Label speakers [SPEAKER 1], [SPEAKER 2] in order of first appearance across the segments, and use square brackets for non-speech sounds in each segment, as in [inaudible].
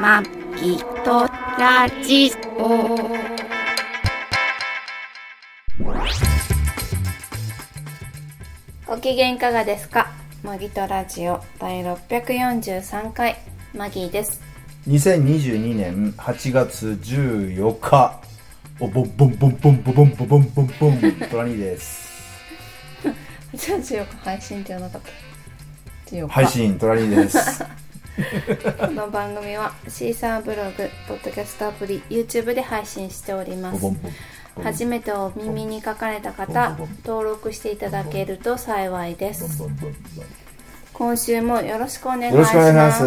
[SPEAKER 1] まきとラジオ。ご機嫌いかがですかマギとラジオ第643回マギーです
[SPEAKER 2] 2022年8月14日おボンボンボンボンボンボンボンボンボントラニーです
[SPEAKER 1] 8月14日配信って言わなかった14日
[SPEAKER 2] 配信トラニーです
[SPEAKER 1] この番組はシーサーブログポッドキャストアプリ YouTube で配信しておりま
[SPEAKER 2] ボン
[SPEAKER 1] す
[SPEAKER 2] ボンボンボン
[SPEAKER 1] 初めてお耳に書かれた方登録していただけると幸いで
[SPEAKER 2] ボン
[SPEAKER 1] す
[SPEAKER 2] ボンボンボ
[SPEAKER 1] 今週もよろしくお願
[SPEAKER 2] ン
[SPEAKER 1] い
[SPEAKER 2] よ
[SPEAKER 1] し
[SPEAKER 2] ろしくお願いしま
[SPEAKER 1] ますす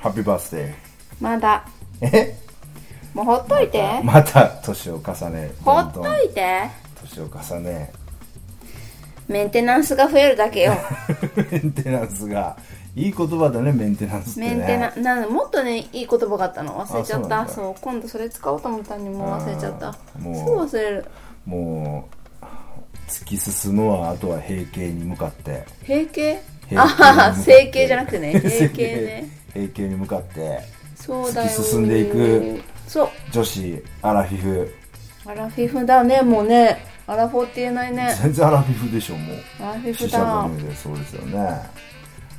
[SPEAKER 2] ハッピーバースデ
[SPEAKER 1] まだ
[SPEAKER 2] ーえ
[SPEAKER 1] もうほっといて
[SPEAKER 2] また年を重ね
[SPEAKER 1] ほ
[SPEAKER 2] ど
[SPEAKER 1] っ
[SPEAKER 2] んど
[SPEAKER 1] と
[SPEAKER 2] ん
[SPEAKER 1] いて
[SPEAKER 2] 年を重ね
[SPEAKER 1] メンテナンスが増えるだけ
[SPEAKER 2] [laughs]
[SPEAKER 1] よ
[SPEAKER 2] メンテナンスがいい言葉だねメンテナンスってね
[SPEAKER 1] メンテナなんもっとねいい言葉があったの忘れちゃった
[SPEAKER 2] あ
[SPEAKER 1] そ
[SPEAKER 2] そう
[SPEAKER 1] 今度それ使おうと思ったのにもう忘れちゃった
[SPEAKER 2] あーもう
[SPEAKER 1] すぐ忘れる
[SPEAKER 2] もう突き進むはあとは平形に向かって
[SPEAKER 1] 平形
[SPEAKER 2] 平
[SPEAKER 1] あ
[SPEAKER 2] に向かって
[SPEAKER 1] あー整形じゃなくて
[SPEAKER 2] [laughs]
[SPEAKER 1] ね平
[SPEAKER 2] 整
[SPEAKER 1] 形ね
[SPEAKER 2] 平形に向かって
[SPEAKER 1] そうだよ
[SPEAKER 2] 突き進んでいく
[SPEAKER 1] そう
[SPEAKER 2] 女子アラフィフ
[SPEAKER 1] アラフィフだねもうねアラフォーって言えないね
[SPEAKER 2] 全然アラフィフでしょもう
[SPEAKER 1] アラフィ
[SPEAKER 2] 死
[SPEAKER 1] フ
[SPEAKER 2] 者
[SPEAKER 1] だ
[SPEAKER 2] 五入でそうですよね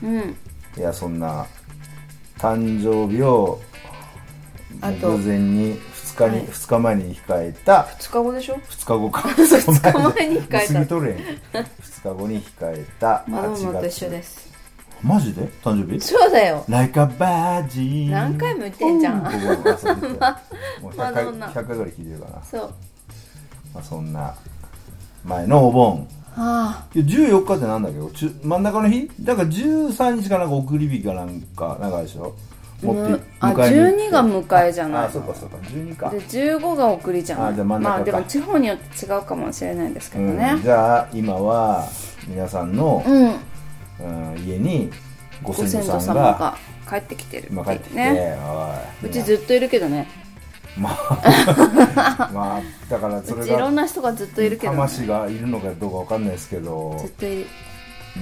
[SPEAKER 1] うん
[SPEAKER 2] いやそんな誕生日を
[SPEAKER 1] あと
[SPEAKER 2] 偶然に2日に、
[SPEAKER 1] はい
[SPEAKER 2] 2日前に控えた
[SPEAKER 1] 2日後でしょ
[SPEAKER 2] 2日
[SPEAKER 1] [laughs]
[SPEAKER 2] 後か
[SPEAKER 1] 2日前に控えた
[SPEAKER 2] 過ぎとる
[SPEAKER 1] [laughs]
[SPEAKER 2] やん2日後に控えた
[SPEAKER 1] マドンナ
[SPEAKER 2] 8
[SPEAKER 1] と
[SPEAKER 2] 月
[SPEAKER 1] 一緒です
[SPEAKER 2] マジで誕生日
[SPEAKER 1] そうだよ
[SPEAKER 2] Like a virgin
[SPEAKER 1] 何回も言ってんじゃん
[SPEAKER 2] うここ遊
[SPEAKER 1] [laughs]
[SPEAKER 2] びに来てもう100回
[SPEAKER 1] マドンナ
[SPEAKER 2] 100回ぐらい聞いてるかな、
[SPEAKER 1] そう
[SPEAKER 2] まあ、そんな前のお盆
[SPEAKER 1] あ
[SPEAKER 2] いや14日ってなんだっけど中真ん中の日だから13日かなんか送り火かなんかなんかあるでしょ持って
[SPEAKER 1] むあ
[SPEAKER 2] 迎えに行って
[SPEAKER 1] 12が迎えじゃない
[SPEAKER 2] ああそうかそうか12
[SPEAKER 1] あ
[SPEAKER 2] か
[SPEAKER 1] で15が送りじゃん
[SPEAKER 2] あじゃあ真ん中
[SPEAKER 1] ま
[SPEAKER 2] か
[SPEAKER 1] あでも地方によって違うかもしれないですけど
[SPEAKER 2] うん、
[SPEAKER 1] ね
[SPEAKER 2] じゃあ今は皆さんの、
[SPEAKER 1] うん
[SPEAKER 2] うん家にご
[SPEAKER 1] ご
[SPEAKER 2] 先
[SPEAKER 1] 先
[SPEAKER 2] 祖
[SPEAKER 1] 祖
[SPEAKER 2] さ
[SPEAKER 1] 様
[SPEAKER 2] んが
[SPEAKER 1] が帰ってきてる
[SPEAKER 2] 今帰ってきて、
[SPEAKER 1] ね
[SPEAKER 2] お
[SPEAKER 1] う
[SPEAKER 2] い
[SPEAKER 1] ちずっといるけどね
[SPEAKER 2] まあまあだからそれ
[SPEAKER 1] う
[SPEAKER 2] が
[SPEAKER 1] ちいろんな人がずっといるけどね
[SPEAKER 2] 魂がいるのかどうかわかんないですけど
[SPEAKER 1] ずっといる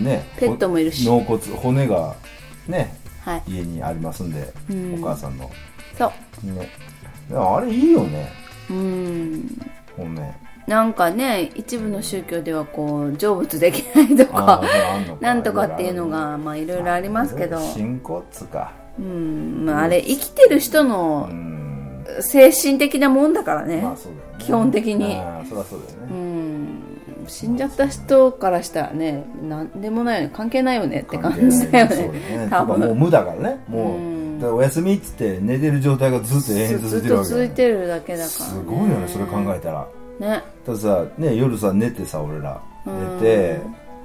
[SPEAKER 2] ね
[SPEAKER 1] ペットもいるし
[SPEAKER 2] 納骨骨がね
[SPEAKER 1] はい
[SPEAKER 2] 家にありますんで、
[SPEAKER 1] うん
[SPEAKER 2] お母さんの
[SPEAKER 1] そ
[SPEAKER 2] ねでもあれいいよね
[SPEAKER 1] ううん
[SPEAKER 2] もうね
[SPEAKER 1] なんかね一部の宗教ではこう成仏できないと
[SPEAKER 2] あ
[SPEAKER 1] か
[SPEAKER 2] ーそれあんの
[SPEAKER 1] [laughs] なんとかっていうのがまあいろいろありますけど
[SPEAKER 2] 信仰っつうか
[SPEAKER 1] うんまああれ生きてる人
[SPEAKER 2] う
[SPEAKER 1] の
[SPEAKER 2] ん
[SPEAKER 1] 精神的なもんだからね
[SPEAKER 2] まあそうだよね
[SPEAKER 1] 基本的に
[SPEAKER 2] あーそりゃそうだよ
[SPEAKER 1] う
[SPEAKER 2] ね、
[SPEAKER 1] ん死んじゃった人からしたらね何でもないよね関係ないよねって感
[SPEAKER 2] 関
[SPEAKER 1] じ
[SPEAKER 2] 係
[SPEAKER 1] だよ
[SPEAKER 2] ないそうだ
[SPEAKER 1] ね多
[SPEAKER 2] ねてかもう
[SPEAKER 1] 分
[SPEAKER 2] 無だからねもう、
[SPEAKER 1] うん
[SPEAKER 2] だからお休みっつって寝てる状態がずっと永遠と
[SPEAKER 1] ず
[SPEAKER 2] 続い
[SPEAKER 1] って
[SPEAKER 2] る
[SPEAKER 1] と
[SPEAKER 2] わ
[SPEAKER 1] 続いてるだけだ
[SPEAKER 2] けだよ
[SPEAKER 1] から
[SPEAKER 2] す
[SPEAKER 1] ね
[SPEAKER 2] ごいよねそれ考えたら
[SPEAKER 1] ね
[SPEAKER 2] たださ、ね、夜さ寝てさ俺ら寝て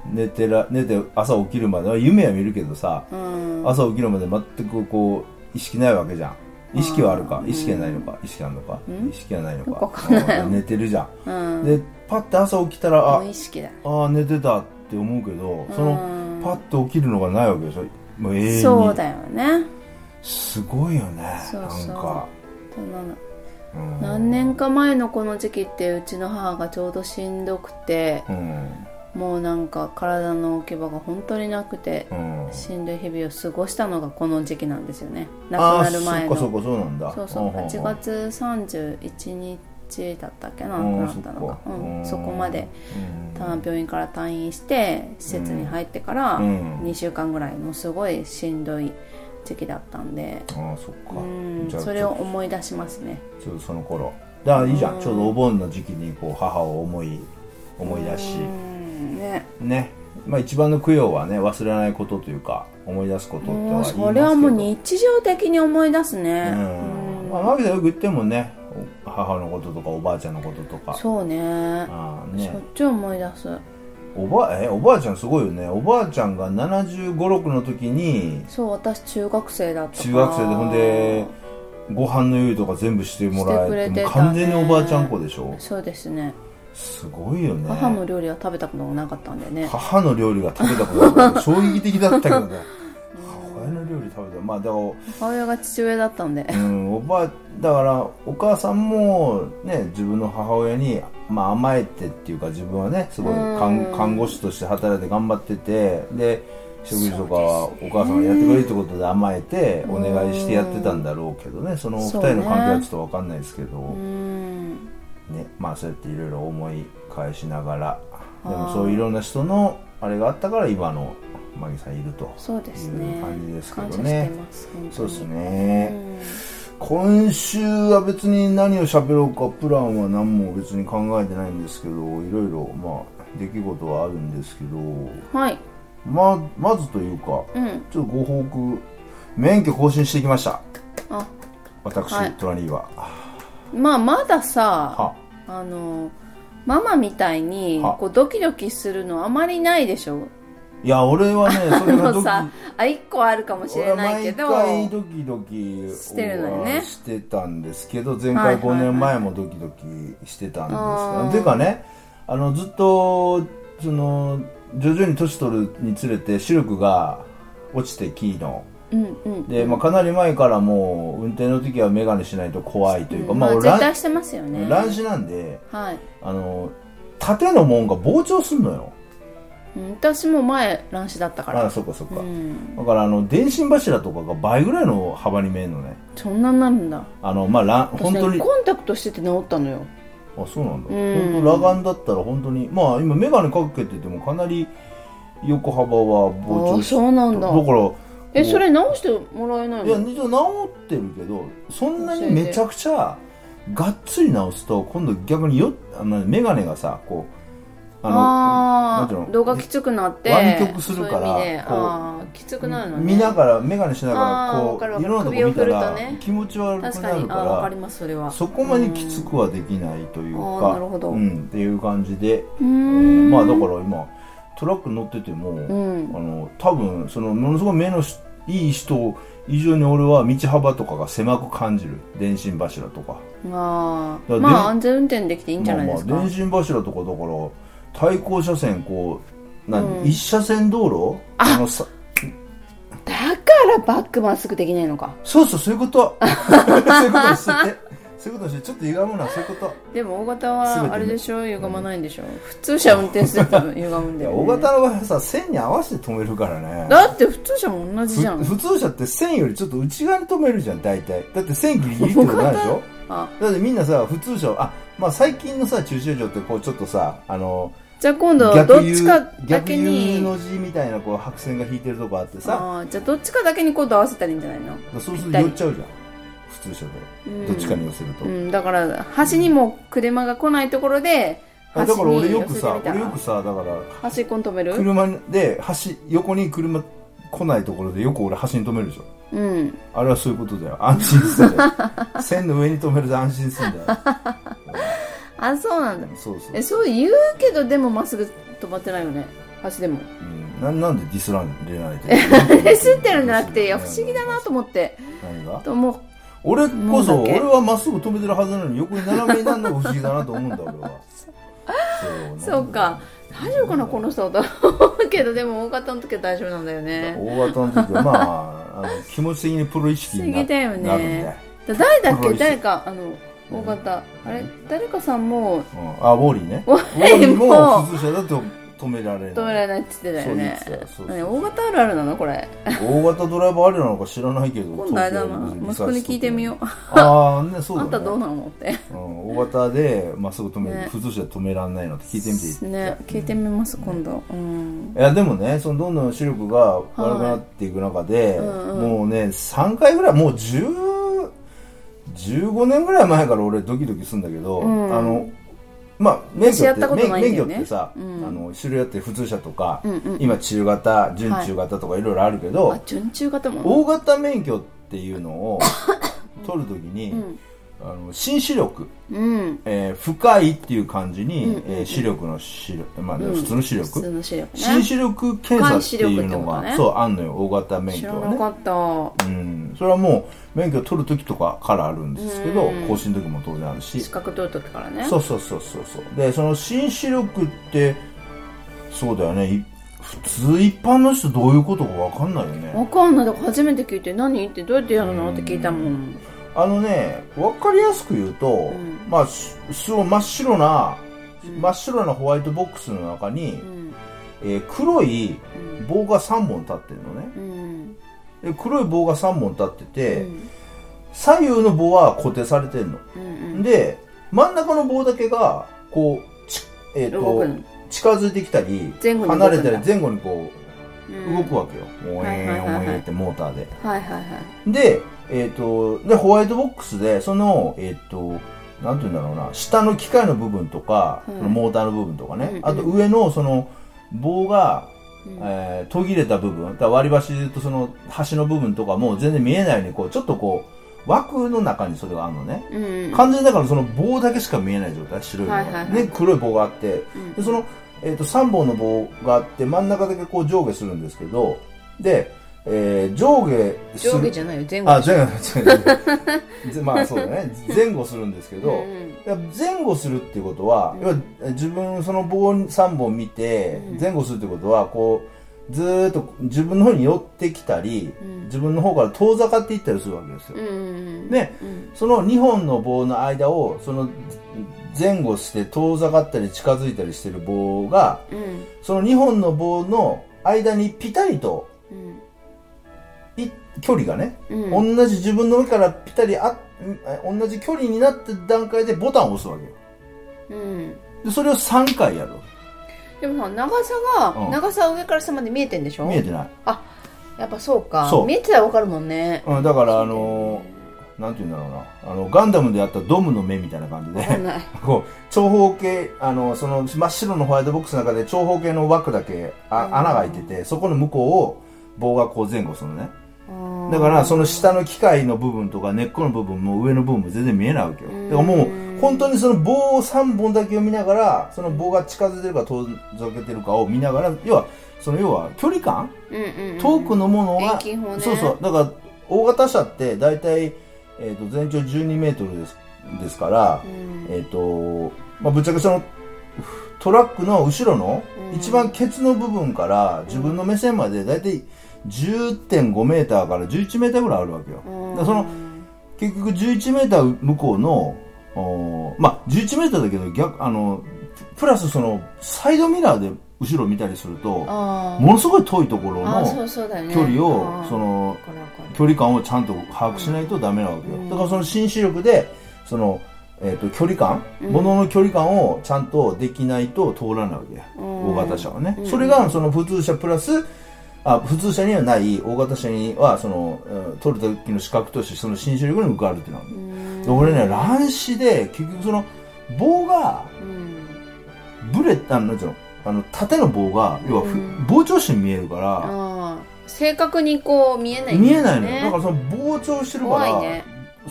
[SPEAKER 2] 寝てら寝て朝起きるまでは夢は見るけどさ、
[SPEAKER 1] うん
[SPEAKER 2] 朝起きるまで全くこう意識ないわけじゃん意識はあるか意識はないのか意識あるのか意識はないのか
[SPEAKER 1] わかんない
[SPEAKER 2] うん寝てるじゃ
[SPEAKER 1] うんん
[SPEAKER 2] でパッて朝起きたらあ
[SPEAKER 1] 無意識だ
[SPEAKER 2] あー寝てたって思うけどそ
[SPEAKER 1] うん
[SPEAKER 2] のパッと起きるのがないわけでしょもう永遠に
[SPEAKER 1] そうだよね
[SPEAKER 2] すごいよね
[SPEAKER 1] そうそう
[SPEAKER 2] なんか
[SPEAKER 1] そうなの
[SPEAKER 2] うん
[SPEAKER 1] 何年か前のこの時期ってうちの母がちょうどしんどくて
[SPEAKER 2] うん
[SPEAKER 1] もうなんか体の置き場が本当になくて
[SPEAKER 2] うん
[SPEAKER 1] しんどい日々を過ごしたのがこの時期なんですよね亡く
[SPEAKER 2] あ
[SPEAKER 1] な
[SPEAKER 2] ー
[SPEAKER 1] る前
[SPEAKER 2] そっ
[SPEAKER 1] の
[SPEAKER 2] かそっかそうなんだ
[SPEAKER 1] そうそう
[SPEAKER 2] うんうんうん
[SPEAKER 1] 8月31日だったっけな亡くなったのが
[SPEAKER 2] う
[SPEAKER 1] う
[SPEAKER 2] んそっか
[SPEAKER 1] ん
[SPEAKER 2] うん
[SPEAKER 1] そこまで
[SPEAKER 2] うん
[SPEAKER 1] た病院から退院して施設に入ってから
[SPEAKER 2] うん
[SPEAKER 1] 2週間ぐらいもうすごいしんどい時期だったんで
[SPEAKER 2] ああそっか
[SPEAKER 1] うん
[SPEAKER 2] じゃあ
[SPEAKER 1] それを思い出しますね
[SPEAKER 2] ちょうどその頃だからいいじゃんちょうどお盆の時期にこう母を思い思い出し
[SPEAKER 1] うんね
[SPEAKER 2] ねまあ一番の供養はね忘れないことというか思い出すことって
[SPEAKER 1] もう
[SPEAKER 2] は言いますけど
[SPEAKER 1] それはもう日常的に思い出すね
[SPEAKER 2] う
[SPEAKER 1] うん
[SPEAKER 2] んまあマギさんよく言ってもねお母のこととかおばあちゃんのこととか
[SPEAKER 1] そうね
[SPEAKER 2] ああ
[SPEAKER 1] しょ
[SPEAKER 2] ね
[SPEAKER 1] っちゅう思い出す
[SPEAKER 2] おばえおばあちゃんすごいよねおばあちゃんが7 5 6の時に
[SPEAKER 1] そう私中学生だったから
[SPEAKER 2] 中学生でほんでご飯の用意とか全部してもらえ
[SPEAKER 1] してくれて
[SPEAKER 2] て
[SPEAKER 1] たね
[SPEAKER 2] もう完全におばあちゃん子でしょ
[SPEAKER 1] そうですね
[SPEAKER 2] すごいよね
[SPEAKER 1] 母の料理は食べたことがなかったんでね
[SPEAKER 2] 母の料理が食べたことが衝撃的だったけどね母親の料理食べたまあだから、
[SPEAKER 1] 母親が父親だったんで
[SPEAKER 2] うん、おばあだからお母さんもね自分の母親に、まあ、甘えてっていうか自分はねすごい看看護師として働いて頑張っててで食事とかはお母さんがやってくれるってことで甘えてお願いしてやってたんだろうけどねそのお二人の関係はちょっと分かんないですけど、
[SPEAKER 1] うん
[SPEAKER 2] ね、まあそうやっていろいろ思い返しながらでもそういういろんな人のあれがあったから今のマギさんいる
[SPEAKER 1] [laughs]
[SPEAKER 2] と
[SPEAKER 1] そうですね
[SPEAKER 2] いう感じですけどね
[SPEAKER 1] 感謝してます本当に
[SPEAKER 2] そうですね、今週は別に何を喋ろうかプランは何も別に考えてないんですけどいろいろまあ出来事はあるんですけど
[SPEAKER 1] うんはい
[SPEAKER 2] ままずというか
[SPEAKER 1] うん
[SPEAKER 2] ちょっとご報告免許更新してきました
[SPEAKER 1] あ
[SPEAKER 2] 私、
[SPEAKER 1] はい
[SPEAKER 2] トラリーは
[SPEAKER 1] まあまださ
[SPEAKER 2] は
[SPEAKER 1] あのママみたいに
[SPEAKER 2] は
[SPEAKER 1] こうドキドキするのあまりないでしょ
[SPEAKER 2] いや俺はねそ
[SPEAKER 1] で
[SPEAKER 2] れが
[SPEAKER 1] も
[SPEAKER 2] ドキ
[SPEAKER 1] さあ一個あるかもしれないけど
[SPEAKER 2] 俺は毎回ドキドキ
[SPEAKER 1] してるのよね
[SPEAKER 2] はしてたんですけど前
[SPEAKER 1] はい
[SPEAKER 2] 回
[SPEAKER 1] はいはい
[SPEAKER 2] 5年前もドキドキしてたんです
[SPEAKER 1] あ
[SPEAKER 2] か
[SPEAKER 1] ー
[SPEAKER 2] ていうかねあのずっとその徐々に年取るにつれて視力が落ちてキーの
[SPEAKER 1] うんうん
[SPEAKER 2] で、まあ、かなり前からもう運転の時は眼鏡しないと怖いというか、
[SPEAKER 1] まあ、
[SPEAKER 2] 俺
[SPEAKER 1] 絶対してますよね
[SPEAKER 2] 乱視なんで
[SPEAKER 1] はい、
[SPEAKER 2] あの縦の門が膨張すんのよ
[SPEAKER 1] うん、私も前乱視だったか
[SPEAKER 2] あ
[SPEAKER 1] ら
[SPEAKER 2] あそっかそっか、
[SPEAKER 1] うん
[SPEAKER 2] だからあの電信柱とかが倍ぐらいの幅に見えるのね
[SPEAKER 1] そんなんなるんだ
[SPEAKER 2] あのまあらん
[SPEAKER 1] 私
[SPEAKER 2] 本
[SPEAKER 1] ね
[SPEAKER 2] 当に
[SPEAKER 1] コンタクトしてて治ったのよ
[SPEAKER 2] あそうなんだ、
[SPEAKER 1] うん
[SPEAKER 2] 本当裸眼だったら本当にまあ今眼鏡かけててもかなり横幅は膨張
[SPEAKER 1] あそうなんだ
[SPEAKER 2] だから
[SPEAKER 1] え
[SPEAKER 2] こう
[SPEAKER 1] それ直してもらえない
[SPEAKER 2] いや
[SPEAKER 1] の
[SPEAKER 2] 一応治ってるけどそんなにめちゃくちゃがっつり治すと今度逆によあの眼鏡がさこう
[SPEAKER 1] あ
[SPEAKER 2] なんていう
[SPEAKER 1] あ
[SPEAKER 2] の
[SPEAKER 1] 動画きつくなって
[SPEAKER 2] 湾曲するから
[SPEAKER 1] そういう意味で
[SPEAKER 2] こう
[SPEAKER 1] ああきつくなるのね
[SPEAKER 2] 見ながら眼鏡しなが
[SPEAKER 1] あ
[SPEAKER 2] ら
[SPEAKER 1] ー
[SPEAKER 2] こ
[SPEAKER 1] わかるわ
[SPEAKER 2] うい
[SPEAKER 1] かる
[SPEAKER 2] ろんなとこ見た
[SPEAKER 1] 首を
[SPEAKER 2] ら、
[SPEAKER 1] 振るとね
[SPEAKER 2] 気持ち悪くなる
[SPEAKER 1] 確
[SPEAKER 2] か
[SPEAKER 1] からにああわかりますそれは
[SPEAKER 2] そこまできつくはできないという
[SPEAKER 1] うんあー
[SPEAKER 2] か
[SPEAKER 1] なるほど
[SPEAKER 2] うん、っていう感じで、
[SPEAKER 1] うー
[SPEAKER 2] え
[SPEAKER 1] ん
[SPEAKER 2] ーまあだから今トラック乗ってても、
[SPEAKER 1] うん
[SPEAKER 2] あの多分そのものすごい目のしいい人以上に俺は道幅とかが狭く感じる電信柱とか
[SPEAKER 1] ああ
[SPEAKER 2] だからで
[SPEAKER 1] まあ安全運転できていいんじゃないですか、
[SPEAKER 2] まあ、まあ電信柱とかだから対向車線こう何、
[SPEAKER 1] うん
[SPEAKER 2] 一車線道路あのさ
[SPEAKER 1] だからバックまっすぐできないのか
[SPEAKER 2] そうそうそういうこと
[SPEAKER 1] [laughs]
[SPEAKER 2] そういうことにしてそういうことにしてちょっと歪むなそういうこと
[SPEAKER 1] でも大型
[SPEAKER 2] 全て
[SPEAKER 1] は
[SPEAKER 2] ね
[SPEAKER 1] あれでしょ歪まないんでしょ、普通車運転すると
[SPEAKER 2] [laughs]
[SPEAKER 1] 歪むん
[SPEAKER 2] い
[SPEAKER 1] だ
[SPEAKER 2] や
[SPEAKER 1] よ、ね、
[SPEAKER 2] 大型の場合はさ線に合わせて止めるからね
[SPEAKER 1] だって普通車も同じじゃ
[SPEAKER 2] ふ
[SPEAKER 1] ん
[SPEAKER 2] 普通車って線よりちょっと内側に止めるじゃん大体だって線ギリギリってことないでしょ
[SPEAKER 1] あ
[SPEAKER 2] だってみんなさ普通車あまあ最近のさ駐車場ってこうちょっとさあの
[SPEAKER 1] じゃあ今度どっちかだ
[SPEAKER 2] 逆
[SPEAKER 1] け
[SPEAKER 2] U
[SPEAKER 1] に
[SPEAKER 2] の字みたいなこう白線が引いてるとこあってさだか
[SPEAKER 1] あーじゃあどっちかだけに今度合わせたらいいんじゃないの
[SPEAKER 2] らそうす
[SPEAKER 1] ぴっ
[SPEAKER 2] る
[SPEAKER 1] た
[SPEAKER 2] と
[SPEAKER 1] り
[SPEAKER 2] 寄っちゃうじゃん普通車
[SPEAKER 1] うん
[SPEAKER 2] でどっちかに寄せると、
[SPEAKER 1] うんだから端にも車が来ないところで
[SPEAKER 2] あ
[SPEAKER 1] 端
[SPEAKER 2] だから俺
[SPEAKER 1] に
[SPEAKER 2] よ
[SPEAKER 1] 寄
[SPEAKER 2] く
[SPEAKER 1] せて
[SPEAKER 2] さ
[SPEAKER 1] みた
[SPEAKER 2] 俺よ
[SPEAKER 1] ら
[SPEAKER 2] くさだから
[SPEAKER 1] 端っこに止める
[SPEAKER 2] 車で橋横に車来ないところでよく俺橋に止めるでしょ
[SPEAKER 1] うん
[SPEAKER 2] あれはそういうことだよ安心
[SPEAKER 1] [laughs]
[SPEAKER 2] するんだよ線の上に止めると安心するんだよ
[SPEAKER 1] あそうなんだ
[SPEAKER 2] そうそう
[SPEAKER 1] えそう言うけどでもまっすぐ止まってないよね端でも
[SPEAKER 2] うん、ななんでディスられないで
[SPEAKER 1] え吸ってるんじゃなくていや不思議だなと思って
[SPEAKER 2] 何が
[SPEAKER 1] ともう
[SPEAKER 2] 俺こ
[SPEAKER 1] な
[SPEAKER 2] そ
[SPEAKER 1] んだっけ
[SPEAKER 2] 俺はまっすぐ止めてるはずなのに横に斜めになるのが不思議だなと思うんだ俺はそう
[SPEAKER 1] [laughs] そうか大丈夫かなこの人と [laughs] 思うけどでも大型の時は大丈夫なんだよね
[SPEAKER 2] 大型の時はまああの気持ち的にプロ意識に
[SPEAKER 1] 不
[SPEAKER 2] な
[SPEAKER 1] 思議だよね
[SPEAKER 2] なるんで、
[SPEAKER 1] だ誰だっ
[SPEAKER 2] この
[SPEAKER 1] け
[SPEAKER 2] 人
[SPEAKER 1] 誰かあの大型あれ誰かさんも
[SPEAKER 2] うん、あウォーリ
[SPEAKER 1] [laughs]
[SPEAKER 2] ーねウォ
[SPEAKER 1] ー
[SPEAKER 2] ー
[SPEAKER 1] リ
[SPEAKER 2] リ
[SPEAKER 1] ー
[SPEAKER 2] ー
[SPEAKER 1] も
[SPEAKER 2] も普通車だと止められない
[SPEAKER 1] 止められないって言ってたよね
[SPEAKER 2] そう言ってたそうそう
[SPEAKER 1] ね大型あるあるなのこれ
[SPEAKER 2] 大型ドライバーあるなのか知らないけど
[SPEAKER 1] 今度あれだな息子に聞いてみよう
[SPEAKER 2] うああねそうだ
[SPEAKER 1] あ
[SPEAKER 2] ね
[SPEAKER 1] んたどうなのって
[SPEAKER 2] うん、大型でまっすぐ止める、
[SPEAKER 1] ね
[SPEAKER 2] 普通車止めらんないのって聞いてみていい
[SPEAKER 1] ね聞いてみます今度うん
[SPEAKER 2] いやでもねそのどんどん視力が悪くなっていく中で、
[SPEAKER 1] うんうん
[SPEAKER 2] もうね3回ぐらいもう10 15年ぐらい前から俺ドキドキするんだけど、
[SPEAKER 1] うん
[SPEAKER 2] あのまあ免
[SPEAKER 1] 私
[SPEAKER 2] 許
[SPEAKER 1] や
[SPEAKER 2] っ、
[SPEAKER 1] ってたことないんだ
[SPEAKER 2] 免
[SPEAKER 1] よ
[SPEAKER 2] 許
[SPEAKER 1] ね
[SPEAKER 2] ってさ、
[SPEAKER 1] うん
[SPEAKER 2] あの種類あって普通車とか、
[SPEAKER 1] うんうん
[SPEAKER 2] 今中型準中型とかいろいろあるけど、
[SPEAKER 1] あ順中型も
[SPEAKER 2] 大型免許っていう
[SPEAKER 1] [coughs]
[SPEAKER 2] のを取るときに、
[SPEAKER 1] うん
[SPEAKER 2] あの新視力
[SPEAKER 1] うん
[SPEAKER 2] えー深いっていう感じに、
[SPEAKER 1] うんうんうん
[SPEAKER 2] えー視力の視力、まあね
[SPEAKER 1] うん
[SPEAKER 2] 普通の視
[SPEAKER 1] 普
[SPEAKER 2] 力、
[SPEAKER 1] 通の視力
[SPEAKER 2] 新
[SPEAKER 1] ね
[SPEAKER 2] 視力検査っていうの
[SPEAKER 1] 深い視力ってこと
[SPEAKER 2] が、
[SPEAKER 1] ね
[SPEAKER 2] そうあんのよ大型免
[SPEAKER 1] 知
[SPEAKER 2] 許
[SPEAKER 1] ら
[SPEAKER 2] は
[SPEAKER 1] な
[SPEAKER 2] ね
[SPEAKER 1] かった
[SPEAKER 2] うんそれはもう免許取る時とかからあるんですけど
[SPEAKER 1] うん
[SPEAKER 2] 更新の時も当然あるし
[SPEAKER 1] 資格取る時からね
[SPEAKER 2] そうそうそうそうそうでその新視力ってそうだよねい普通一般の人どういうことかわかんないよね
[SPEAKER 1] わかんないだから初めて聞いて何ってどうやってやるのって聞いたもん
[SPEAKER 2] あのねわかりやすく言うと、
[SPEAKER 1] ん
[SPEAKER 2] まあすすごい真っ白な
[SPEAKER 1] うん
[SPEAKER 2] 真っ白なホワイトボックスの中に、
[SPEAKER 1] うん
[SPEAKER 2] えー黒い
[SPEAKER 3] うん
[SPEAKER 2] 棒が3本立ってるのね
[SPEAKER 3] うん
[SPEAKER 2] で黒い棒が3本立って
[SPEAKER 3] う
[SPEAKER 2] て、
[SPEAKER 3] ん
[SPEAKER 2] 左右の棒は固定されてんの、
[SPEAKER 3] うん
[SPEAKER 2] で真ん中の棒だけがこうち、えー
[SPEAKER 3] 動くの
[SPEAKER 2] と近づいてきたり
[SPEAKER 3] 前後に動くんだ
[SPEAKER 2] 離れたり前後にこ
[SPEAKER 3] う
[SPEAKER 2] うん動くわけよ、おえ
[SPEAKER 3] はいはいはい
[SPEAKER 2] ー
[SPEAKER 3] はい
[SPEAKER 2] おえーってモーターで
[SPEAKER 3] はいはいはい
[SPEAKER 2] で,、えー、とでホワイトボックスでそのえっ、となんて言うんだろうな下の機械の部分とか、
[SPEAKER 3] うん
[SPEAKER 2] そのモーターの部分とかね、
[SPEAKER 3] うんうん
[SPEAKER 2] あと上のその棒が、
[SPEAKER 3] うん
[SPEAKER 2] えー途切れた部分だから割り箸で言うとその端の部分とかも全然見えないようにこうちょっとこう枠の中にそれがあるのね
[SPEAKER 3] うん
[SPEAKER 2] 完全にだからその棒だけしか見えない状態白いのが、
[SPEAKER 3] はいはいはい
[SPEAKER 2] で黒い棒があって
[SPEAKER 3] うん
[SPEAKER 2] でその、えー、と3本の棒があって真ん中だけこう上下するんですけどで、えー上下する
[SPEAKER 3] 上下じゃないよ前後
[SPEAKER 2] あ、前後、前後。 [laughs] ぜまあそうだね。前後するんですけど、
[SPEAKER 3] うん
[SPEAKER 2] いや前後するっていうことは、
[SPEAKER 3] うん
[SPEAKER 2] 要は自分その棒3本見て、
[SPEAKER 3] うん
[SPEAKER 2] 前後するってことは、こう、ずーっと自分の方に寄ってきたり、
[SPEAKER 3] うん
[SPEAKER 2] 自分の方から遠ざかっていったりするわけですよ。
[SPEAKER 3] うんうん
[SPEAKER 2] ね
[SPEAKER 3] うん
[SPEAKER 2] その2本の棒の間を、その前後して遠ざかったり近づいたりしてる棒が、
[SPEAKER 3] うん
[SPEAKER 2] その2本の棒の間にピタリと、
[SPEAKER 3] うん
[SPEAKER 2] い距離がね、
[SPEAKER 3] うん
[SPEAKER 2] 同じ自分の目からピタリあん同じ距離になった段階でボタンを押すわけよ
[SPEAKER 3] うん
[SPEAKER 2] でそれを3回やる
[SPEAKER 3] でもさ長さが、
[SPEAKER 2] うん
[SPEAKER 3] 長さは上から下まで見えてんでしょ
[SPEAKER 2] 見えてない、
[SPEAKER 3] やっぱそうか
[SPEAKER 2] そう
[SPEAKER 3] 見えてたらわかるもんね
[SPEAKER 2] うん、だからあのーなんて言うんだろうなあのガンダムでやったドムの目みたいな感
[SPEAKER 3] [laughs]
[SPEAKER 2] じ
[SPEAKER 3] わか
[SPEAKER 2] で
[SPEAKER 3] んない
[SPEAKER 2] こう長方形あのその真っ白のホワイトボックスの中で長方形の枠だけあ
[SPEAKER 3] うん
[SPEAKER 2] 穴が開いててそこの向こうを棒がこう前後するのねだ
[SPEAKER 3] だ
[SPEAKER 2] からその下の機械の部分とか根っこの部分も上の部分も全然見えないわけよ
[SPEAKER 3] うん
[SPEAKER 2] だからもう本当にその棒を3本だけを見ながらその棒が近づいてるか遠ざけてるかを見ながら要はその要は距離感遠く
[SPEAKER 3] の
[SPEAKER 2] のものが、
[SPEAKER 3] 遠近法ね
[SPEAKER 2] そうそうだから大型車って大体、えー、と全長1 2メートルですですから、えっ、と、まあ、ぶっちゃけそのトラックの後ろの
[SPEAKER 3] うん
[SPEAKER 2] 一番ケツの部分から自分の目線まで大体10.5メーターから11メーターぐらいあるわけよ。だからその結局11メーター向こうの、おーまあ11メーターだけど逆、あの、プラスそのサイドミラーで後ろ見たりすると、
[SPEAKER 3] も
[SPEAKER 2] ものすごい遠いところ
[SPEAKER 3] あーそ
[SPEAKER 2] の
[SPEAKER 3] うそうだよね
[SPEAKER 2] 距離を
[SPEAKER 3] あ、ー
[SPEAKER 2] その
[SPEAKER 3] わ、かるわかる
[SPEAKER 2] 距離感をちゃんと把握しないとダメなわけよ、
[SPEAKER 3] うん
[SPEAKER 2] だからその新視力でその、えー、と距離感、
[SPEAKER 3] うん
[SPEAKER 2] 物の距離感をちゃんとできないと通らないわけよ、
[SPEAKER 3] うん
[SPEAKER 2] 大型車はね、
[SPEAKER 3] うん
[SPEAKER 2] それがその普通車プラスあ普通車にはない大型車にはその、うん取る時の資格としてその新視力に向かわれてるの、
[SPEAKER 3] うん
[SPEAKER 2] で俺ね乱視で結局その棒が
[SPEAKER 3] うん
[SPEAKER 2] ブレあのなんていうのあの縦の棒が要はふ、
[SPEAKER 3] うん
[SPEAKER 2] 膨張して見えるから、
[SPEAKER 3] あー正確にこう見えないん
[SPEAKER 2] 見
[SPEAKER 3] だ
[SPEAKER 2] え
[SPEAKER 3] よね
[SPEAKER 2] ないのよだからその膨張してるから
[SPEAKER 3] 怖いね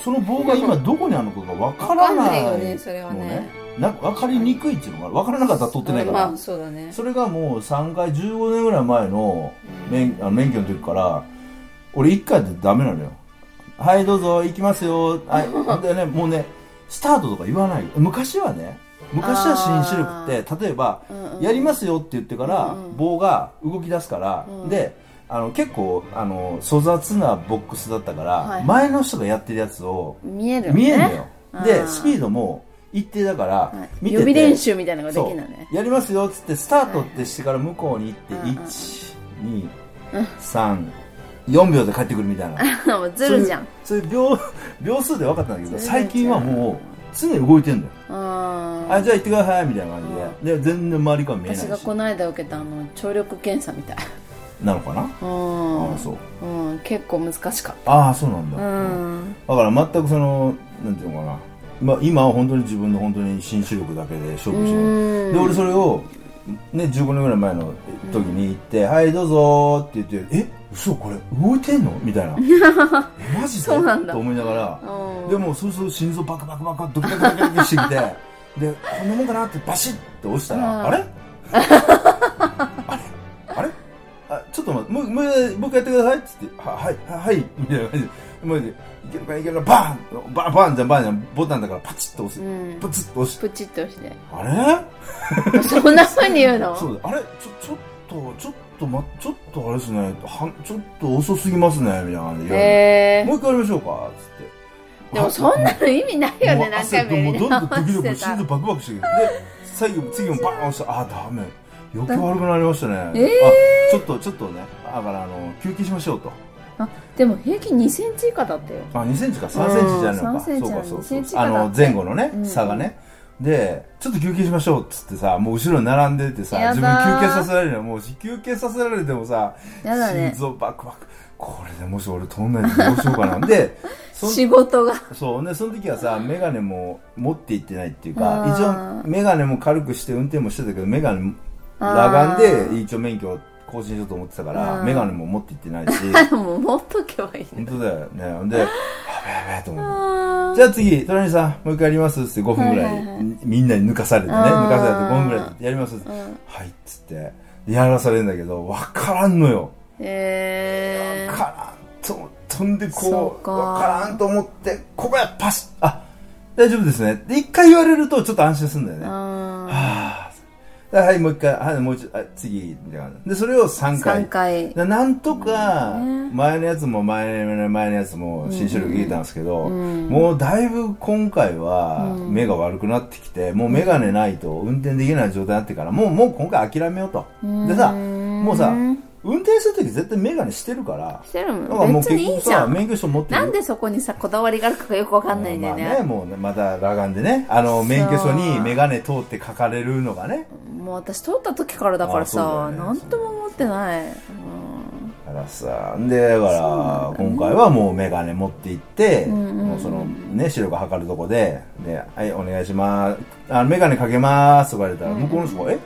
[SPEAKER 2] その棒が今どこにあるのかがわから
[SPEAKER 3] わかん
[SPEAKER 2] な
[SPEAKER 3] ない
[SPEAKER 2] い
[SPEAKER 3] よねそれはね
[SPEAKER 2] なんか分かりにくいっていうのが分からなかったら取ってないか
[SPEAKER 3] まあ
[SPEAKER 2] ら
[SPEAKER 3] そうだね
[SPEAKER 2] それがもう3回15年ぐらい前の免あの免許の時から俺1回でダメなのよはいどうぞ行きますよ
[SPEAKER 3] [laughs]
[SPEAKER 2] はいでねもうねスタートとか言わない昔はね昔は新視力って例えば
[SPEAKER 3] うんうん
[SPEAKER 2] やりますよって言ってから、
[SPEAKER 3] うんうん
[SPEAKER 2] 棒が動き出すから、
[SPEAKER 3] うん
[SPEAKER 2] であの結構あの粗雑なボックスだったから、
[SPEAKER 3] はい
[SPEAKER 2] 前の人がやってるやつを
[SPEAKER 3] 見える
[SPEAKER 2] 見えんの
[SPEAKER 3] ね
[SPEAKER 2] よ、
[SPEAKER 3] あー
[SPEAKER 2] でスピードも一定だから、
[SPEAKER 3] はい
[SPEAKER 2] 見てて
[SPEAKER 3] 予備練習みたいなのがで
[SPEAKER 2] そ
[SPEAKER 3] きないね
[SPEAKER 2] うやりますよっつってスタートってしてから向こうに行って、
[SPEAKER 3] はいうん
[SPEAKER 2] 12344秒で帰ってくるみたいな
[SPEAKER 3] も [laughs] うずるじゃん
[SPEAKER 2] そういうそういう秒 [laughs] 秒数で分かったんだけど
[SPEAKER 3] ずるじゃん
[SPEAKER 2] 最近はもう常に動いてんのよ、
[SPEAKER 3] あー
[SPEAKER 2] あじゃあ行ってくださいみたいな感じで、で全然周りから見えないし
[SPEAKER 3] 私がこの間受けたあの聴力検査みたい
[SPEAKER 2] なのかな
[SPEAKER 3] うん
[SPEAKER 2] ああそう
[SPEAKER 3] うん結構難しかった
[SPEAKER 2] ああそうなんだ、
[SPEAKER 3] うん
[SPEAKER 2] だから全くそのなんていうのかな、まあ、今は本当に自分の本当に新視力だけで勝負してるで俺それを、ね、15年ぐらい前の時に行って「はいどうぞ」って言って「え嘘これ動いてんの?」みたいな「えマジで?」
[SPEAKER 3] そうなんだ
[SPEAKER 2] と思いながら
[SPEAKER 3] うん
[SPEAKER 2] でもそうそう心臓バクバクバクドキドキドキドキしてきてでこんなもんかなってバシッて押したら「
[SPEAKER 3] うん
[SPEAKER 2] あれあれあれあちょっと待ってもうもうもう一回やってください」っつって「ははいははい」みたいな感じでもういけるかいけるかバーンババーンじゃんバーンじゃんボタンだからパチッと押す、
[SPEAKER 3] うん
[SPEAKER 2] パチッと押して
[SPEAKER 3] プチッと押して
[SPEAKER 2] 「あれ
[SPEAKER 3] そんな風に言うの
[SPEAKER 2] [laughs] そうだあれちょちょっとちょっとまちょっとあれですねはちょっと遅すぎますねみたいな感じで言われ
[SPEAKER 3] へ
[SPEAKER 2] て、
[SPEAKER 3] え
[SPEAKER 2] もう一回やりましょうかつって
[SPEAKER 3] でもそんなの意味ないよ
[SPEAKER 2] も
[SPEAKER 3] ね
[SPEAKER 2] う
[SPEAKER 3] 何
[SPEAKER 2] 汗
[SPEAKER 3] 回
[SPEAKER 2] と
[SPEAKER 3] もや
[SPEAKER 2] もう
[SPEAKER 3] り
[SPEAKER 1] [laughs]
[SPEAKER 2] どんどん
[SPEAKER 3] 直
[SPEAKER 2] ド
[SPEAKER 3] し
[SPEAKER 2] キドキ
[SPEAKER 3] て
[SPEAKER 2] 心
[SPEAKER 3] た
[SPEAKER 2] 臓バクバクしてくるで最後次もバーン押してああダメ余計悪くなりましたね、
[SPEAKER 1] えー
[SPEAKER 2] あちょっとちょっとねだからあの休憩しましょうと
[SPEAKER 1] あでも平均2センチ以下だったよ
[SPEAKER 2] あ2センチか3センチじゃないの
[SPEAKER 1] うん3
[SPEAKER 2] か、
[SPEAKER 1] センチ
[SPEAKER 2] そ
[SPEAKER 1] じ
[SPEAKER 2] うか
[SPEAKER 1] ゃない
[SPEAKER 2] そう
[SPEAKER 1] 2センチ以
[SPEAKER 2] か
[SPEAKER 1] 下
[SPEAKER 2] あ
[SPEAKER 1] だ
[SPEAKER 2] の前後のね、
[SPEAKER 1] うん
[SPEAKER 2] 差がねでちょっと休憩しましょうっつってさもう後ろに並んでてさ
[SPEAKER 1] やだー
[SPEAKER 2] 自分休憩させられるのもう休憩させられてもさ
[SPEAKER 1] やだね
[SPEAKER 2] 心臓バクバクこれでもし俺飛んないでどうしようかな
[SPEAKER 1] [laughs]
[SPEAKER 2] んでそん
[SPEAKER 1] 仕事が [laughs]
[SPEAKER 2] そうねその時はさ眼鏡も持って行ってないっていうか
[SPEAKER 1] うん
[SPEAKER 2] 一応眼鏡も軽くして運転もしてたけど眼鏡裸眼で一応免許を更新しようと思ってたから
[SPEAKER 1] うん
[SPEAKER 2] 眼鏡も持って行ってないし
[SPEAKER 1] [laughs] もう持っとけばいい
[SPEAKER 2] 本当だよねほんでやべやべと思って。
[SPEAKER 1] あ
[SPEAKER 2] じゃあ次、トラニさん、もう一回やりますっつって5分ぐらい、
[SPEAKER 3] はいはいはい
[SPEAKER 2] みんなに抜かされてね、
[SPEAKER 1] あー
[SPEAKER 2] 抜かされて5分ぐらいやってやりますっつって、
[SPEAKER 1] うん
[SPEAKER 2] はいっつって、やらされるんだけど、わからんのよ。
[SPEAKER 1] え
[SPEAKER 2] わからんと、飛んで
[SPEAKER 1] そ
[SPEAKER 2] こ
[SPEAKER 1] う
[SPEAKER 2] う、
[SPEAKER 1] か
[SPEAKER 2] わからんと思って、ここや、パスあ、大丈夫ですね。で、一回言われるとちょっと安心するんだよ
[SPEAKER 1] ー
[SPEAKER 2] ね。は
[SPEAKER 1] あ
[SPEAKER 2] あはい、もう一回、はい、もう一度、あ次、みたいなで、それを3
[SPEAKER 1] 3
[SPEAKER 2] 回
[SPEAKER 1] 回。回
[SPEAKER 2] ななんとか
[SPEAKER 1] うんね
[SPEAKER 2] 前のやつも前の前のやつも新種類入れたんですけど、
[SPEAKER 1] うん
[SPEAKER 2] もうだいぶ今回は
[SPEAKER 1] うん
[SPEAKER 2] 目が悪くなってきてもう眼鏡ないと運転できない状態になってからもうもう今回諦めようとでさもうさ運転する時絶対眼鏡してるから
[SPEAKER 1] してる
[SPEAKER 2] だ
[SPEAKER 1] も
[SPEAKER 2] から
[SPEAKER 1] ん
[SPEAKER 2] もう
[SPEAKER 1] 別
[SPEAKER 2] 結
[SPEAKER 1] にい
[SPEAKER 2] 局
[SPEAKER 1] いじゃ
[SPEAKER 2] さ
[SPEAKER 1] ん
[SPEAKER 2] 免許証持ってる
[SPEAKER 1] なんでそこにさこだわりがあるかよくわかんないんだよね,、
[SPEAKER 2] まあねもうねまた裸眼でねあの免許証に
[SPEAKER 1] そう
[SPEAKER 2] 眼鏡通って書かれるのがね
[SPEAKER 1] もう私通った時からだから
[SPEAKER 2] あ
[SPEAKER 1] さ、
[SPEAKER 2] そうだよ
[SPEAKER 1] な
[SPEAKER 2] ね
[SPEAKER 1] んとも思ってない、うん
[SPEAKER 2] だからさでだから今回はもうメガネ持って行って、
[SPEAKER 1] んうんうん
[SPEAKER 2] もうそのね視力測るとこで「ではいお願いします」あ「メガネかけます」とか言われたら向こうの人が「え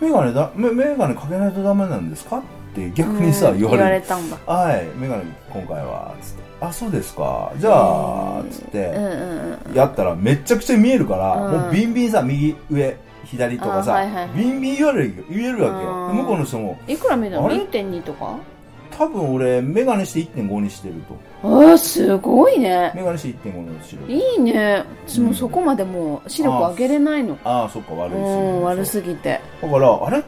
[SPEAKER 2] メガネだメメガネかけないとダメなんですか?」って逆にさ、
[SPEAKER 1] うん
[SPEAKER 2] 言われる
[SPEAKER 1] たんだ
[SPEAKER 2] はいメガネ今回は」つって「あそうですかじゃあ」つって、
[SPEAKER 1] うんうんうん
[SPEAKER 2] やったらめっちゃくちゃ見えるから、
[SPEAKER 1] うん
[SPEAKER 2] もうビンビンさ右上左とかさ、
[SPEAKER 1] あはいはいはい
[SPEAKER 2] ビンビン言われる言えるわけよ
[SPEAKER 1] う
[SPEAKER 2] で
[SPEAKER 1] ん
[SPEAKER 2] 向こうの人も
[SPEAKER 1] いくら見るの
[SPEAKER 2] あれ
[SPEAKER 1] ?2.2 とか
[SPEAKER 2] 多分俺メガネして1.5にしてると
[SPEAKER 1] あーすごいね
[SPEAKER 2] メガネして1.5の視力
[SPEAKER 1] いいね私もうそこまでもう視力上げれないの
[SPEAKER 2] ああそっか悪いし、
[SPEAKER 1] うん悪すぎて
[SPEAKER 2] だからあれ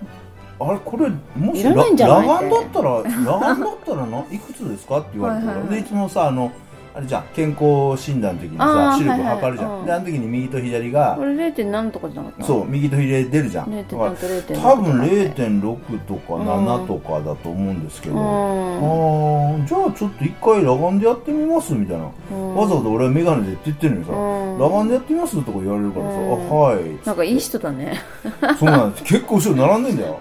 [SPEAKER 2] あれこれもし
[SPEAKER 1] いらないんじゃない
[SPEAKER 2] 裸眼だったら裸眼だったらないくつですかって言われた
[SPEAKER 1] はい
[SPEAKER 2] ら
[SPEAKER 1] はいはい
[SPEAKER 2] でいつもさあのあれじゃん健康診断の時にさ
[SPEAKER 1] あー
[SPEAKER 2] 視力測るじゃん、
[SPEAKER 1] はいはいうん
[SPEAKER 2] であの時に右と左が
[SPEAKER 1] これ 0. 何とかじゃなかった
[SPEAKER 2] そう右と左出るじゃんだ
[SPEAKER 1] 0.
[SPEAKER 2] から
[SPEAKER 1] 何と0.7とか
[SPEAKER 2] 多分0.6とか7とかだと思うんですけど、あ
[SPEAKER 1] う
[SPEAKER 2] ーじゃあちょっと一回裸眼でやってみますみたいな、
[SPEAKER 1] ん
[SPEAKER 2] わざわざ俺は眼鏡でって言ってるのにさ、
[SPEAKER 1] うん
[SPEAKER 2] 裸眼でやってみますとか言われるからさ、
[SPEAKER 1] うん
[SPEAKER 2] あはい
[SPEAKER 1] なんかいい人だね
[SPEAKER 2] そうなんです結構後ろ並んでんだよ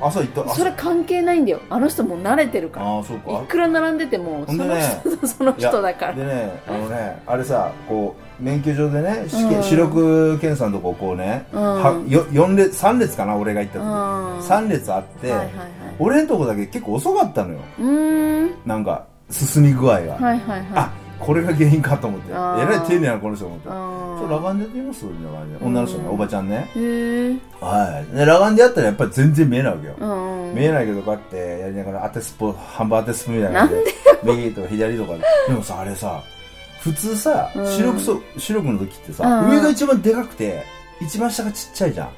[SPEAKER 2] 朝行った朝
[SPEAKER 1] それ関係ないんだよあの人もう慣れてるから
[SPEAKER 2] ああそう
[SPEAKER 1] い
[SPEAKER 2] か
[SPEAKER 1] くら並んでてもそ
[SPEAKER 2] ほんで
[SPEAKER 1] の
[SPEAKER 2] ね
[SPEAKER 1] 人と [laughs] その人だから
[SPEAKER 2] でねあのねあれさこう免許証でね試験、
[SPEAKER 1] うん
[SPEAKER 2] 視力検査のとここうね、
[SPEAKER 1] うん
[SPEAKER 2] はよ四列3列かな俺が行った
[SPEAKER 1] うん
[SPEAKER 2] 時、三3列あって、
[SPEAKER 1] はいはいはい
[SPEAKER 2] 俺のとこだけ結構遅かったのよ
[SPEAKER 1] うーん
[SPEAKER 2] なんか進み具合が、
[SPEAKER 1] はいはいはい
[SPEAKER 2] あこれが原因かと思ってえ
[SPEAKER 1] あー
[SPEAKER 2] らい丁寧なこの人思ってちょ
[SPEAKER 1] あ
[SPEAKER 2] っと裸眼でやってみますみたいな感じで女の人ね、
[SPEAKER 1] うん
[SPEAKER 2] おばちゃんね
[SPEAKER 1] 眼へえ
[SPEAKER 2] はいで裸眼でやったらやっぱり全然見えないわけよ、
[SPEAKER 1] うん
[SPEAKER 2] 見えないけどこうやってやりながら当てスポハンバー当てスポみたいな感じで右とか左とかででもさあれさ普通さ
[SPEAKER 1] うん
[SPEAKER 2] 視力そ視力の時ってさ、
[SPEAKER 1] うん
[SPEAKER 2] 上が一番でかくて一番下がちっちゃいじゃん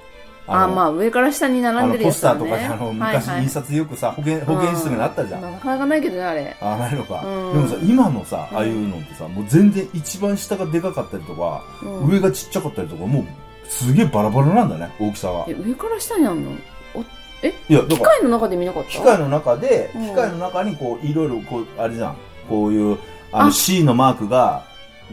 [SPEAKER 1] あ
[SPEAKER 2] の
[SPEAKER 1] まあ上から下に
[SPEAKER 2] あ
[SPEAKER 1] 並んで
[SPEAKER 2] の
[SPEAKER 1] る
[SPEAKER 2] ポ
[SPEAKER 1] や
[SPEAKER 2] ス
[SPEAKER 1] つ
[SPEAKER 2] タ
[SPEAKER 1] だね
[SPEAKER 2] ーとかであの昔
[SPEAKER 1] はいはい
[SPEAKER 2] 印刷よくさ保健保健室とかにあったじゃ
[SPEAKER 1] う
[SPEAKER 2] ん、
[SPEAKER 1] なかなかないけどねあれ
[SPEAKER 2] あないのか、
[SPEAKER 1] うん
[SPEAKER 2] でもさ今のさああいうのってさもう全然一番下がでかかったりとか、
[SPEAKER 1] うん
[SPEAKER 2] 上がちっちゃかったりとかもうすげえバラバラなんだね大きさが
[SPEAKER 1] え上から下にあんのおえ
[SPEAKER 2] いやだ
[SPEAKER 1] 機
[SPEAKER 2] から
[SPEAKER 1] 械の中で見なかった
[SPEAKER 2] 機械の中で
[SPEAKER 1] うん
[SPEAKER 2] 機械の中にこういろいろこうあれじゃんこういうあの
[SPEAKER 1] あ
[SPEAKER 2] C のマークが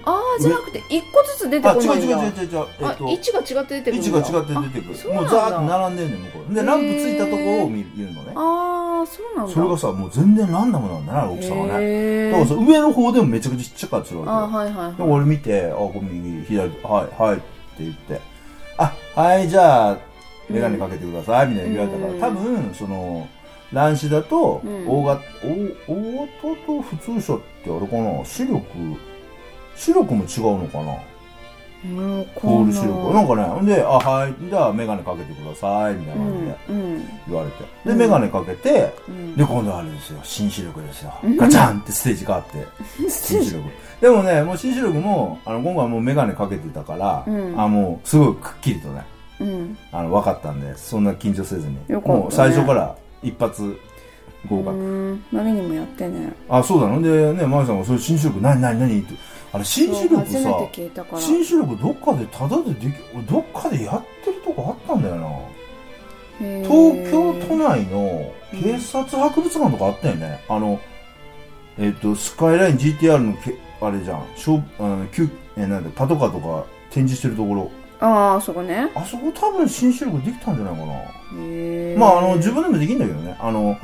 [SPEAKER 1] ああじゃなくて一個ずつ出て
[SPEAKER 2] あ
[SPEAKER 1] こ
[SPEAKER 2] 違う
[SPEAKER 1] ないん
[SPEAKER 2] 違う
[SPEAKER 1] だ
[SPEAKER 2] 違う違う違う
[SPEAKER 1] あ位置が違って出てくる
[SPEAKER 2] 位
[SPEAKER 1] んだ
[SPEAKER 2] 置が違って出てく
[SPEAKER 1] そう
[SPEAKER 2] る
[SPEAKER 1] な
[SPEAKER 2] も
[SPEAKER 1] ん
[SPEAKER 2] う
[SPEAKER 1] だ
[SPEAKER 2] ザーって並んでんねん向こうでランプついたとこを見るのね
[SPEAKER 1] ああそうなんだ
[SPEAKER 2] それがさもう全然ランダムなんだな大きさがね
[SPEAKER 1] へえ
[SPEAKER 2] だからさ上の方でもめちゃくちゃちっちゃかったりする
[SPEAKER 1] あ
[SPEAKER 2] わけよ
[SPEAKER 1] はいはいはい
[SPEAKER 2] で俺見て「あこれ右左はいはい」って言って「あはいじゃあ眼鏡かけてください」みたいな言われたから、
[SPEAKER 1] うん
[SPEAKER 2] 多分その乱視だと
[SPEAKER 1] うん
[SPEAKER 2] 大型、お大型と普通車ってあれかな視力視力も違うのかな
[SPEAKER 1] もうこ
[SPEAKER 2] ゴー
[SPEAKER 1] ん
[SPEAKER 2] ル
[SPEAKER 1] な
[SPEAKER 2] 視力なんかねほんで「あはいじゃあ眼鏡かけてください」みたいな感じで
[SPEAKER 1] うんうん
[SPEAKER 2] 言われて、
[SPEAKER 1] う
[SPEAKER 2] で
[SPEAKER 1] ん
[SPEAKER 2] 眼鏡かけて
[SPEAKER 1] うん
[SPEAKER 2] で今度はあれですよ新視力ですよ
[SPEAKER 1] うん
[SPEAKER 2] ガチャンってステージ変わって
[SPEAKER 1] [laughs]
[SPEAKER 2] 紳士力でもねもう紳士力もあの今回はもう眼鏡かけてたから、
[SPEAKER 1] うん
[SPEAKER 2] あもうすごいくっきりとね
[SPEAKER 1] うん
[SPEAKER 2] あの分かったんでそんな緊張せずに、
[SPEAKER 1] よかったね
[SPEAKER 2] もう最初から一発合格、
[SPEAKER 1] うん何にもやってね
[SPEAKER 2] あそうだのでね真由さんが「それ紳士力何何何?」ってあれ紳士力
[SPEAKER 1] そう
[SPEAKER 2] さ
[SPEAKER 1] 初めて聞いたから
[SPEAKER 2] 紳士力どっかでタダででき俺どっかでやってるとこあったんだよな
[SPEAKER 1] へー
[SPEAKER 2] 東京都内の警察博物館とかあったよね、あのえっ、とスカイライン GTR のけあれじゃんショあのきゅえーなんだパトカーとか展示してるところ
[SPEAKER 1] ああそこね
[SPEAKER 2] あそこ多分新種類できたんじゃないかな、
[SPEAKER 1] へー
[SPEAKER 2] まああの自分でもできるんだけどねあの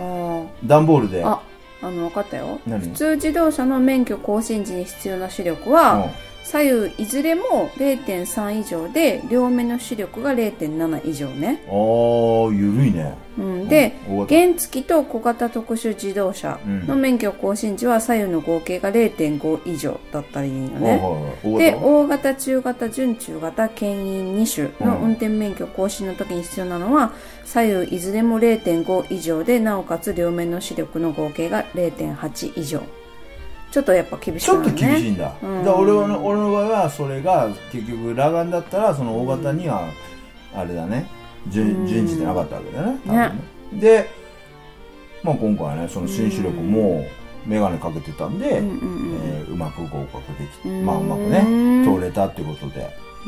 [SPEAKER 1] あ
[SPEAKER 2] 段ボールで
[SPEAKER 1] あああの分かったよ
[SPEAKER 2] 何
[SPEAKER 1] 普通自動車の免許更新時に必要な視力は、左右いずれも0.3以上で両目の視力が0.7以上ね、
[SPEAKER 2] うん、ああ緩いね
[SPEAKER 1] うん、で、
[SPEAKER 2] うん大型
[SPEAKER 1] 原付と小型特殊自動車の免許更新時は左右の合計が0.5以上だったらいいの
[SPEAKER 2] はい
[SPEAKER 1] ね、
[SPEAKER 2] はいはい
[SPEAKER 1] で
[SPEAKER 2] 大
[SPEAKER 1] 大型
[SPEAKER 2] 型
[SPEAKER 1] 中型準中型牽引2種の運転免許更新の時に必要なのは左右いずれも0.5以上でなおかつ両面の視力の合計が0.8以上ちょっとやっぱ厳し
[SPEAKER 2] ち
[SPEAKER 1] く
[SPEAKER 2] ょっ
[SPEAKER 1] な
[SPEAKER 2] と
[SPEAKER 1] る
[SPEAKER 2] 厳しい
[SPEAKER 1] ね
[SPEAKER 2] んだ、
[SPEAKER 1] うん
[SPEAKER 2] だから俺はね俺の場合はそれが結局裸眼だったらその大型にはあれだね
[SPEAKER 1] う
[SPEAKER 2] 順
[SPEAKER 1] ん
[SPEAKER 2] 順次でなかったわけだね多分
[SPEAKER 1] ね
[SPEAKER 2] ねで、まあ、今回はねその新視力も眼鏡かけてたんで、
[SPEAKER 1] うんうんうん
[SPEAKER 2] えーうまく合格できて、
[SPEAKER 1] うん
[SPEAKER 2] まあうまくね取れたってことで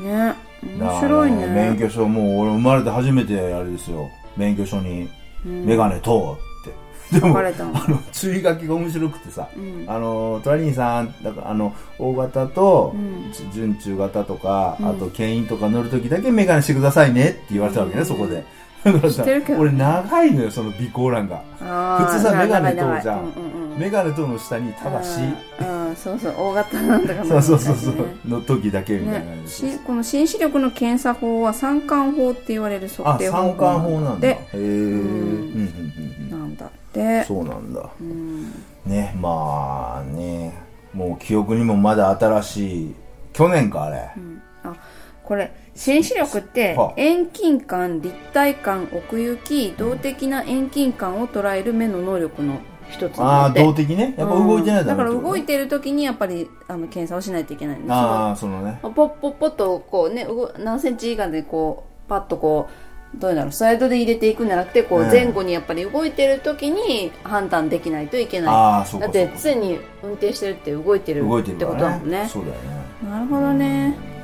[SPEAKER 1] ね面
[SPEAKER 2] だから
[SPEAKER 1] 白いね
[SPEAKER 2] 免許証もう俺生まれて初めてあれですよ免許証に眼鏡とって、で
[SPEAKER 1] 書
[SPEAKER 2] も
[SPEAKER 1] かれたの
[SPEAKER 2] あの注意書きが面白くてさ、
[SPEAKER 1] うん
[SPEAKER 2] あのトラニーさんだからあの大型と、
[SPEAKER 1] うん
[SPEAKER 2] じ準中型とか、
[SPEAKER 1] うん
[SPEAKER 2] あと牽引とか乗るときだけメガネしてくださいねって言われたわけね、
[SPEAKER 1] うん
[SPEAKER 2] そこでだから
[SPEAKER 1] 知
[SPEAKER 2] さ
[SPEAKER 1] ってるけど
[SPEAKER 2] 俺長いのよその備考欄が
[SPEAKER 1] あー
[SPEAKER 2] 普通さ
[SPEAKER 1] 長い
[SPEAKER 2] メガネ通るじゃん
[SPEAKER 1] 長い長いうんうんうん
[SPEAKER 2] メガネとの下にただし
[SPEAKER 1] うんうんそうそう大型なんとかなんとかね
[SPEAKER 2] そうそうそうそう、の時だけみたいな
[SPEAKER 1] ね
[SPEAKER 2] や、つ、
[SPEAKER 1] しこの新視力の検査法は三冠法って言われる測
[SPEAKER 2] あ
[SPEAKER 1] 定
[SPEAKER 2] 三
[SPEAKER 1] 方
[SPEAKER 2] 冠
[SPEAKER 1] 法
[SPEAKER 2] 法なんだへ
[SPEAKER 1] で
[SPEAKER 2] え、うんうんうんう
[SPEAKER 1] なんだっ
[SPEAKER 2] ん、
[SPEAKER 1] て
[SPEAKER 2] そうなんだ
[SPEAKER 1] うん
[SPEAKER 2] ねまあねもう記憶にもまだ新しい去年かあれ、
[SPEAKER 1] うんあこれ新視力って
[SPEAKER 2] はあ
[SPEAKER 1] 遠近感立体感奥行き動的な遠近感を捉える目の能力の一つ
[SPEAKER 2] あ
[SPEAKER 1] な
[SPEAKER 2] あ
[SPEAKER 1] んだって
[SPEAKER 2] 動的ねやっぱ動いてない
[SPEAKER 1] うんだから
[SPEAKER 2] ダメってこと
[SPEAKER 1] 動いてる時にやっぱりあの検査をしないといけないんです
[SPEAKER 2] ああそのね
[SPEAKER 1] ポッポッポッとこうね動何センチ以下でこうパッとこうどういうのだろうスライドで入れていくんじゃなくてこう
[SPEAKER 2] うん
[SPEAKER 1] 前後にやっぱり動いてる時に判断できないといけな
[SPEAKER 2] ああ
[SPEAKER 1] い
[SPEAKER 2] そうか
[SPEAKER 1] だ
[SPEAKER 2] そ
[SPEAKER 1] っ
[SPEAKER 2] うか
[SPEAKER 1] て常に運転してるって動いてる
[SPEAKER 2] 動いてる
[SPEAKER 1] って
[SPEAKER 2] か
[SPEAKER 1] こと
[SPEAKER 2] ら
[SPEAKER 1] だもんね
[SPEAKER 2] そうだよね
[SPEAKER 1] なるほどね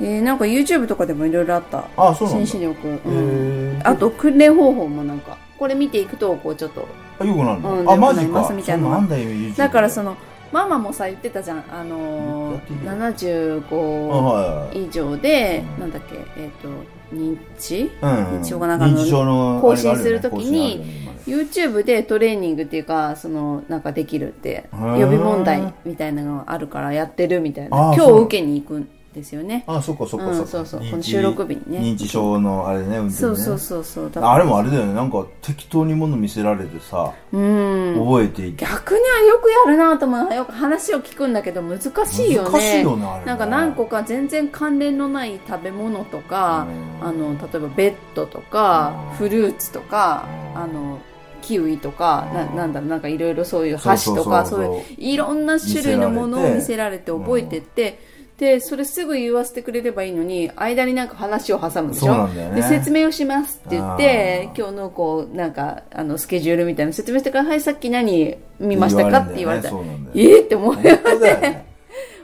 [SPEAKER 1] えー、なんか YouTube とかでもいろいろあった
[SPEAKER 2] ああそうなん
[SPEAKER 1] 新視
[SPEAKER 2] だ
[SPEAKER 1] 力、うん、
[SPEAKER 2] へえ
[SPEAKER 1] あと訓練方法もなんかこれ見ていくとこうちょっと
[SPEAKER 2] あよくなる
[SPEAKER 1] うん
[SPEAKER 2] のあマジ
[SPEAKER 1] よくなりま
[SPEAKER 2] か
[SPEAKER 1] すみた
[SPEAKER 2] そ
[SPEAKER 1] いなん
[SPEAKER 2] なんだよ YouTube
[SPEAKER 1] だからそ
[SPEAKER 2] の
[SPEAKER 1] のママもさ言ってたじゃんあのー、
[SPEAKER 2] あ
[SPEAKER 1] 75
[SPEAKER 2] はい
[SPEAKER 1] 以上で、
[SPEAKER 2] うん
[SPEAKER 1] なんだっけ、えっ、と、認知
[SPEAKER 2] はい
[SPEAKER 1] 認知症がなんかあの
[SPEAKER 2] 認知症の
[SPEAKER 1] 更新するとき
[SPEAKER 2] あれがあるよね
[SPEAKER 1] に
[SPEAKER 2] 更新あるよね
[SPEAKER 1] YouTube でトレーニングっていうか、その、なんかできるって、予
[SPEAKER 2] ー
[SPEAKER 1] 備問題みたいなのがあるからやってるみたい
[SPEAKER 2] あ
[SPEAKER 1] な。今
[SPEAKER 2] ー
[SPEAKER 1] 日
[SPEAKER 2] そう
[SPEAKER 1] 受けに行くんですよね。
[SPEAKER 2] ああそっかそっ
[SPEAKER 1] う
[SPEAKER 2] か
[SPEAKER 1] ん
[SPEAKER 2] そっか
[SPEAKER 1] そうそう
[SPEAKER 2] 認知
[SPEAKER 1] この収録日にね
[SPEAKER 2] 認知症のあれね運転ね
[SPEAKER 1] そうそうそうそう。だ
[SPEAKER 2] あれもあれだよねなんか適当にもの見せられてさ
[SPEAKER 1] うん。
[SPEAKER 2] 覚えていけ
[SPEAKER 1] 逆にはよくやるなと思う。よく話を聞くんだけど難しいよね。
[SPEAKER 2] 難しいよねあれね
[SPEAKER 1] なんか何個か全然関連のない食べ物とか、
[SPEAKER 2] うん
[SPEAKER 1] あの例えばベッドとか
[SPEAKER 2] うん
[SPEAKER 1] フルーツとか
[SPEAKER 2] うん
[SPEAKER 1] あのキウイとかな
[SPEAKER 2] うん
[SPEAKER 1] なんだろうなんかいろいろそういう
[SPEAKER 2] そう
[SPEAKER 1] 箸
[SPEAKER 2] そうそう
[SPEAKER 1] とか
[SPEAKER 2] そ
[SPEAKER 1] そうういういろんな種類のものを見せられて
[SPEAKER 2] 見せら
[SPEAKER 1] 覚
[SPEAKER 2] れて
[SPEAKER 1] えてって、でそれすぐ言わせてくれればいいのに間になんか話を挟むでしょ
[SPEAKER 2] そうなんだよね
[SPEAKER 1] で説明をしますって言って
[SPEAKER 2] うん
[SPEAKER 1] 今日のこうなんかあのスケジュールみたいなの説明してからはいさっき何見ましたかって言われたら、
[SPEAKER 2] 言われるんだよね
[SPEAKER 1] え
[SPEAKER 2] そうなんだよね
[SPEAKER 1] ーって思い
[SPEAKER 2] 本当だよね